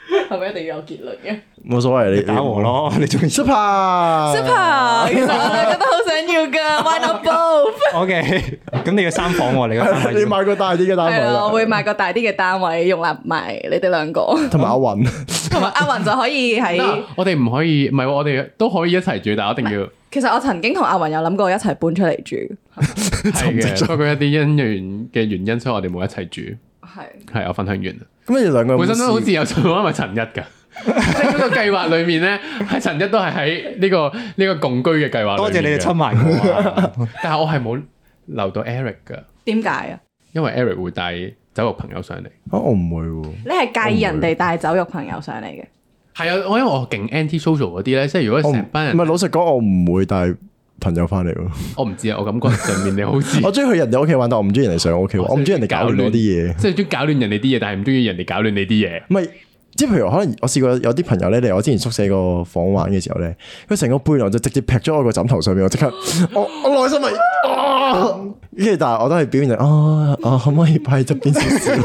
Speaker 5: 係咪一定要有結論嘅
Speaker 3: 冇所謂，你
Speaker 4: 打和。 咯，你仲
Speaker 3: 你 Super，
Speaker 5: ？Super，其實我都覺得好想要噶，Why not both？
Speaker 4: O K，咁你嘅三房喎， 你嘅三房
Speaker 3: 你買個大啲嘅單
Speaker 5: 係
Speaker 3: 位
Speaker 5: 啦，我
Speaker 3: 啦，
Speaker 5: 會買個大啲嘅單位，容納埋你哋兩個，
Speaker 3: 同埋阿雲，
Speaker 5: 同埋阿雲就可以喺。
Speaker 1: 我哋唔可以，唔係喎我哋都可以一齊住，但 係一定要
Speaker 5: 其實我曾經同阿雲有諗過一齊搬出嚟住，
Speaker 1: 係嘅。不過一啲因緣嘅原因，所以我哋冇一齊住。
Speaker 5: 係
Speaker 1: 係我分享完啦。
Speaker 3: 咁你哋兩個有冇
Speaker 1: 本身都好
Speaker 3: 試
Speaker 1: 似有想講埋陳一㗎， 即係嗰個計劃裡面咧，係陳一都係喺呢個呢個共居嘅計劃。
Speaker 4: 多謝你哋
Speaker 1: 出
Speaker 4: 出，埋我 啊！
Speaker 1: 但係我係冇留到 Eric 㗎，
Speaker 5: 點解啊？
Speaker 1: 因為 Eric 會帶酒肉朋友上嚟。
Speaker 3: 啊，我唔會喎。
Speaker 5: 你係介意人哋帶酒肉朋友上嚟嘅？
Speaker 1: 係啊，我因為我勁 anti social 嗰啲咧，即係如果
Speaker 3: 我唔
Speaker 1: 成班
Speaker 3: 哦唔
Speaker 1: 人，
Speaker 3: 係老實講，我唔會帶朋友翻嚟咯。
Speaker 1: 我唔知啊，我感覺上面你好 似
Speaker 3: 我中意去人哋屋企玩，但我唔中意人哋上我屋企玩，我唔中意人哋搞亂我啲嘢。
Speaker 1: 即係中意搞亂人哋啲嘢，但係唔中意人哋搞亂你啲嘢。
Speaker 3: 唔係，即係譬如可能我試過有啲朋友咧嚟我之前宿舍個房玩嘅時候咧，佢成個背囊就直接劈咗我個枕頭上面，我即刻我我內心咪啊，跟住但係我都係表現就啊啊，可唔可以擺喺側邊少 少？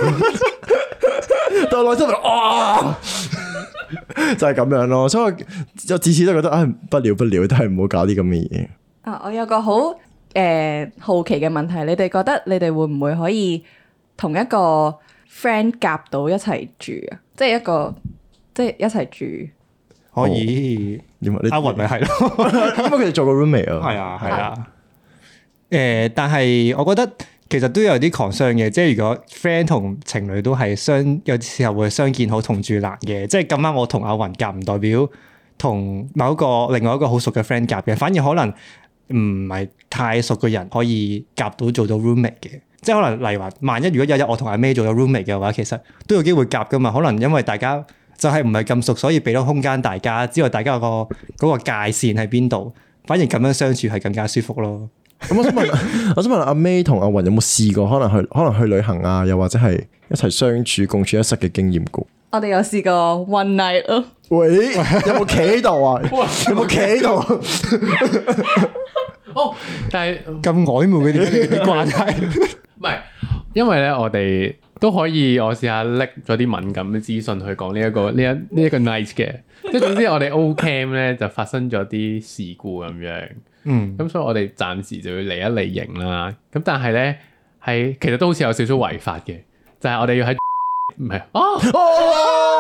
Speaker 3: 但我內心咪啊， 就係咁樣咯。所以我就自此都覺得啊，不了不了，都係唔好搞啲咁嘅嘢。
Speaker 5: 啊，我有個好誒、呃好奇嘅問題，你哋覺得你哋會唔會可以同一個 friend 夾到一齊住啊？即係一個即係一齊住。
Speaker 4: 可以，
Speaker 3: 點啊？你
Speaker 4: 阿雲咪係咯，
Speaker 3: 因為佢哋做過 roommate 啊，
Speaker 4: 係啊，係啊。誒，但係我覺得其實都有啲 concern 嘅，即係如果 friend 同情侶都係相有時候會相見好同住難嘅，即係咁啱我同阿雲夾唔代表同某一個另外一個好熟嘅 friend 夾嘅，反而可能唔係太熟嘅人可以夾到做到 roommate 嘅。即係可能例如話，萬一如果有一日我同阿 May 做咗 roommate 嘅話，其實都有機會夾噶嘛。可能因為大家就係唔係咁熟，所以俾到空間大家，之後大家有個嗰個界線喺邊度，反而咁樣相處係更加舒服咯。
Speaker 3: 咁我想問，我想問阿 May 同阿雲有冇試過可能去可能去旅行啊，又或者係一齊相處共處一室嘅經驗過？
Speaker 5: 我哋有試過 one night 咯，
Speaker 3: 喂，有冇企喺度 啊？有冇企喺 度？
Speaker 1: 哦，但係
Speaker 4: 咁曖昧嘅啲啲關係，
Speaker 1: 唔係，因為咧，我哋都可以，我試下拎咗啲敏感嘅資訊去講呢一個呢一呢一個 night 嘅，即係總之我哋 O cam 咧就發生咗啲事故咁樣，
Speaker 4: 嗯，
Speaker 1: 咁所以我哋暫時就要離一離型啦。咁但係咧係其實都好似有少少違法嘅，就係、我哋要喺 唔係哦，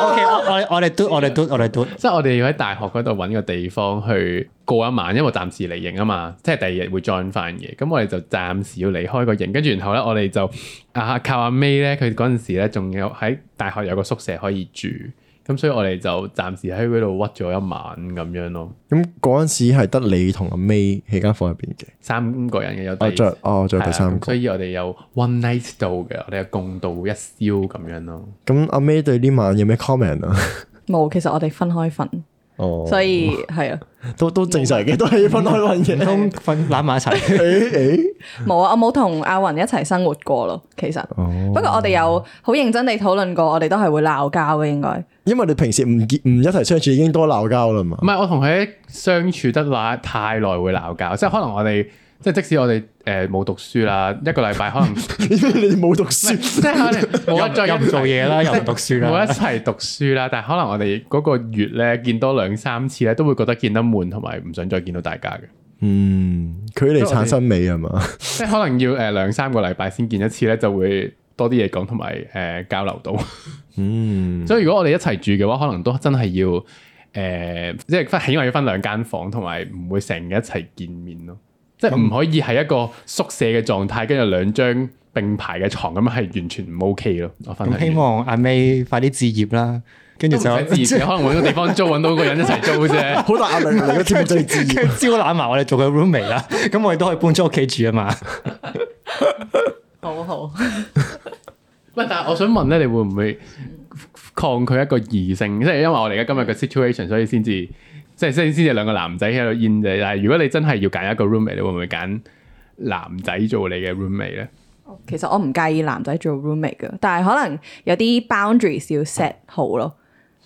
Speaker 4: OK，我我我哋都我哋都我哋都
Speaker 1: 即係我哋要喺大學嗰度揾個地方去過一晚，因為我暫時離營啊嘛，即係第二日會 join 翻嘅。咁我哋就暫時要離開個營，跟住然後咧，我哋就啊靠阿 May 咧，佢嗰陣時咧仲有喺大學有個宿舍可以住，咁所以我哋就暫時喺嗰度屈咗一晚咁樣咯，
Speaker 3: 咁嗰陣時係得你同阿 May 喺間房入邊嘅，
Speaker 1: 三個人嘅有第
Speaker 3: 哦，再哦，再第
Speaker 1: 係啊
Speaker 3: 三
Speaker 1: 咁
Speaker 3: 個
Speaker 1: 所。以我哋有 one night 到嘅，我哋有共度一宵咁樣咯。
Speaker 3: 咁阿 May 對呢晚有咩 comment 啊？
Speaker 5: 冇。其實我哋分開瞓，
Speaker 3: 哦，
Speaker 5: 所以係啊，
Speaker 3: 都都正常嘅，都係分開揾
Speaker 4: 唔
Speaker 3: 嘅。
Speaker 4: 通瞓攬埋一齊。
Speaker 3: 誒誒，
Speaker 5: 冇啊，我冇同阿雲一齊生活過咯。其實，
Speaker 3: 哦，
Speaker 5: 不過我哋有好認真地討論過，我哋都係會鬧交嘅，應該。
Speaker 3: 因為你平時唔結唔一齊相處已經多鬧交啦嘛
Speaker 1: 唔。係，我同佢相處得耐太耐會鬧交，即係可能我哋即係即使我哋誒冇讀書啦，一個禮拜 可能即
Speaker 3: 因為 你冇讀書，
Speaker 1: 係可能冇再
Speaker 4: 又唔做嘢 啦，又唔讀書
Speaker 1: 冇
Speaker 4: 啦
Speaker 1: 一，齊讀書啦，但係可能我哋嗰個月咧見多兩三次咧，都會覺得見得悶，同埋唔想再見到大家嘅，
Speaker 3: 嗯，距離產生美係嘛？
Speaker 1: 即係可能要誒兩三個禮拜先見一次咧，就會多啲嘢講同埋誒交流到。
Speaker 3: 嗯，
Speaker 1: 所以如果我哋一齊住嘅話，可能都真係要誒、呃即係分起碼要分兩間房，同埋唔會成日一齊見面咯。即係唔可以係一個宿舍嘅狀態，跟住兩張並排嘅床咁樣係完全唔 OK 咯。我分享
Speaker 4: 咁希望阿 May 快啲置業啦，跟住
Speaker 1: 都
Speaker 4: 就
Speaker 1: 唔使自然可能揾個地方租，揾到個人一齊租 啫。
Speaker 3: 好大壓力，啊你個節目就係自
Speaker 4: 跟住招攬埋我哋做嘅 roommate 啦， 咁我哋都可以搬咗屋企住啊嘛。
Speaker 5: 好好，
Speaker 1: 喂，但係我想問咧，你會唔會抗拒一個異性？即係因為我哋而家今日嘅 situation，所以先至即係先先至兩個男仔喺度 in 啫。但係如果你真係要揀一個 roommate，你會唔會揀男仔做你嘅 roommate 咧？
Speaker 5: 其實我唔介意男仔做 roommate 嘅，但係可能有啲 boundaries 要 set 好咯，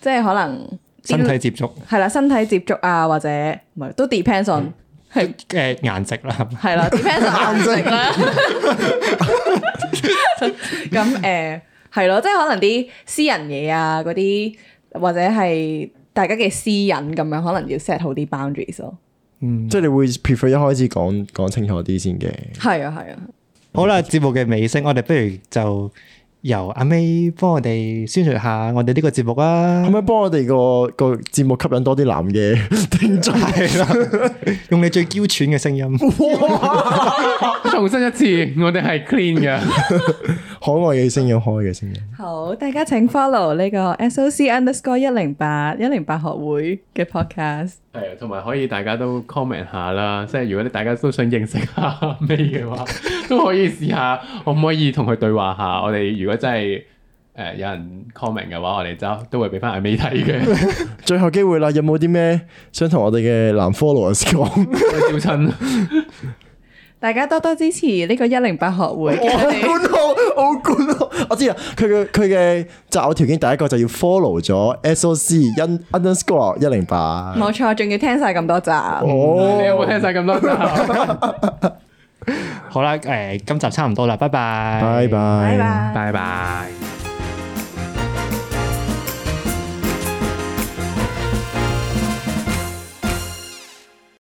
Speaker 5: 即係可能
Speaker 4: 身體接觸，
Speaker 5: 係啦，身體接觸啊，或者唔係都 depends
Speaker 4: 嗯
Speaker 5: on 係
Speaker 4: 誒顏值啦，
Speaker 5: 係 啦，depends 啊 on 顏值啦。咁誒係咯，即係可能啲私人嘢啊，嗰啲或者係大家嘅私隱咁樣，可能要 set 好啲 boundaries 咯。
Speaker 4: 嗯，
Speaker 3: 即係你會 prefer 一開始講講清楚啲先嘅。
Speaker 5: 係啊係啊，
Speaker 4: 好啦，節目嘅尾聲，我哋不如就由阿 May 幫我哋宣傳下我哋呢個節目
Speaker 3: 可
Speaker 4: 啊
Speaker 3: 唔，可以幫我哋個個節目吸引多啲男嘅 聽眾？
Speaker 4: 係啦， 用你最嬌喘嘅聲音，
Speaker 1: 重新一次，我哋係 clean 嘅。
Speaker 3: 可愛嘅聲音，可愛嘅聲音。
Speaker 5: 好，大家請 follow 呢個 SOC underscore 一零八一零八學會嘅 podcast。
Speaker 1: 係啊，同埋可以大家都 comment 下啦，即係如果你大家都想認識下 May 嘅話， 都可以試下可唔可以同佢對話下。我哋如果真係誒、呃有人 comment 嘅話，我哋就都會俾翻阿 May 睇嘅，
Speaker 3: 最後機會啦，有冇啲咩想同我哋嘅男 followers 講？
Speaker 1: 會笑親。
Speaker 5: 大家多多支持呢個一零八學會嘅我哋，
Speaker 3: 好官好，我知啊，佢嘅佢嘅擇偶條件第一個就要 follow 咗 SOC un- underscore 一零八。
Speaker 5: 冇錯，仲要聽晒咁多 集，
Speaker 1: 你有冇
Speaker 3: 哦，
Speaker 1: 聽晒咁多集？
Speaker 4: 好啦，誒、今集差唔多啦，拜拜，
Speaker 3: 拜拜。
Speaker 5: 拜拜。
Speaker 1: 拜拜。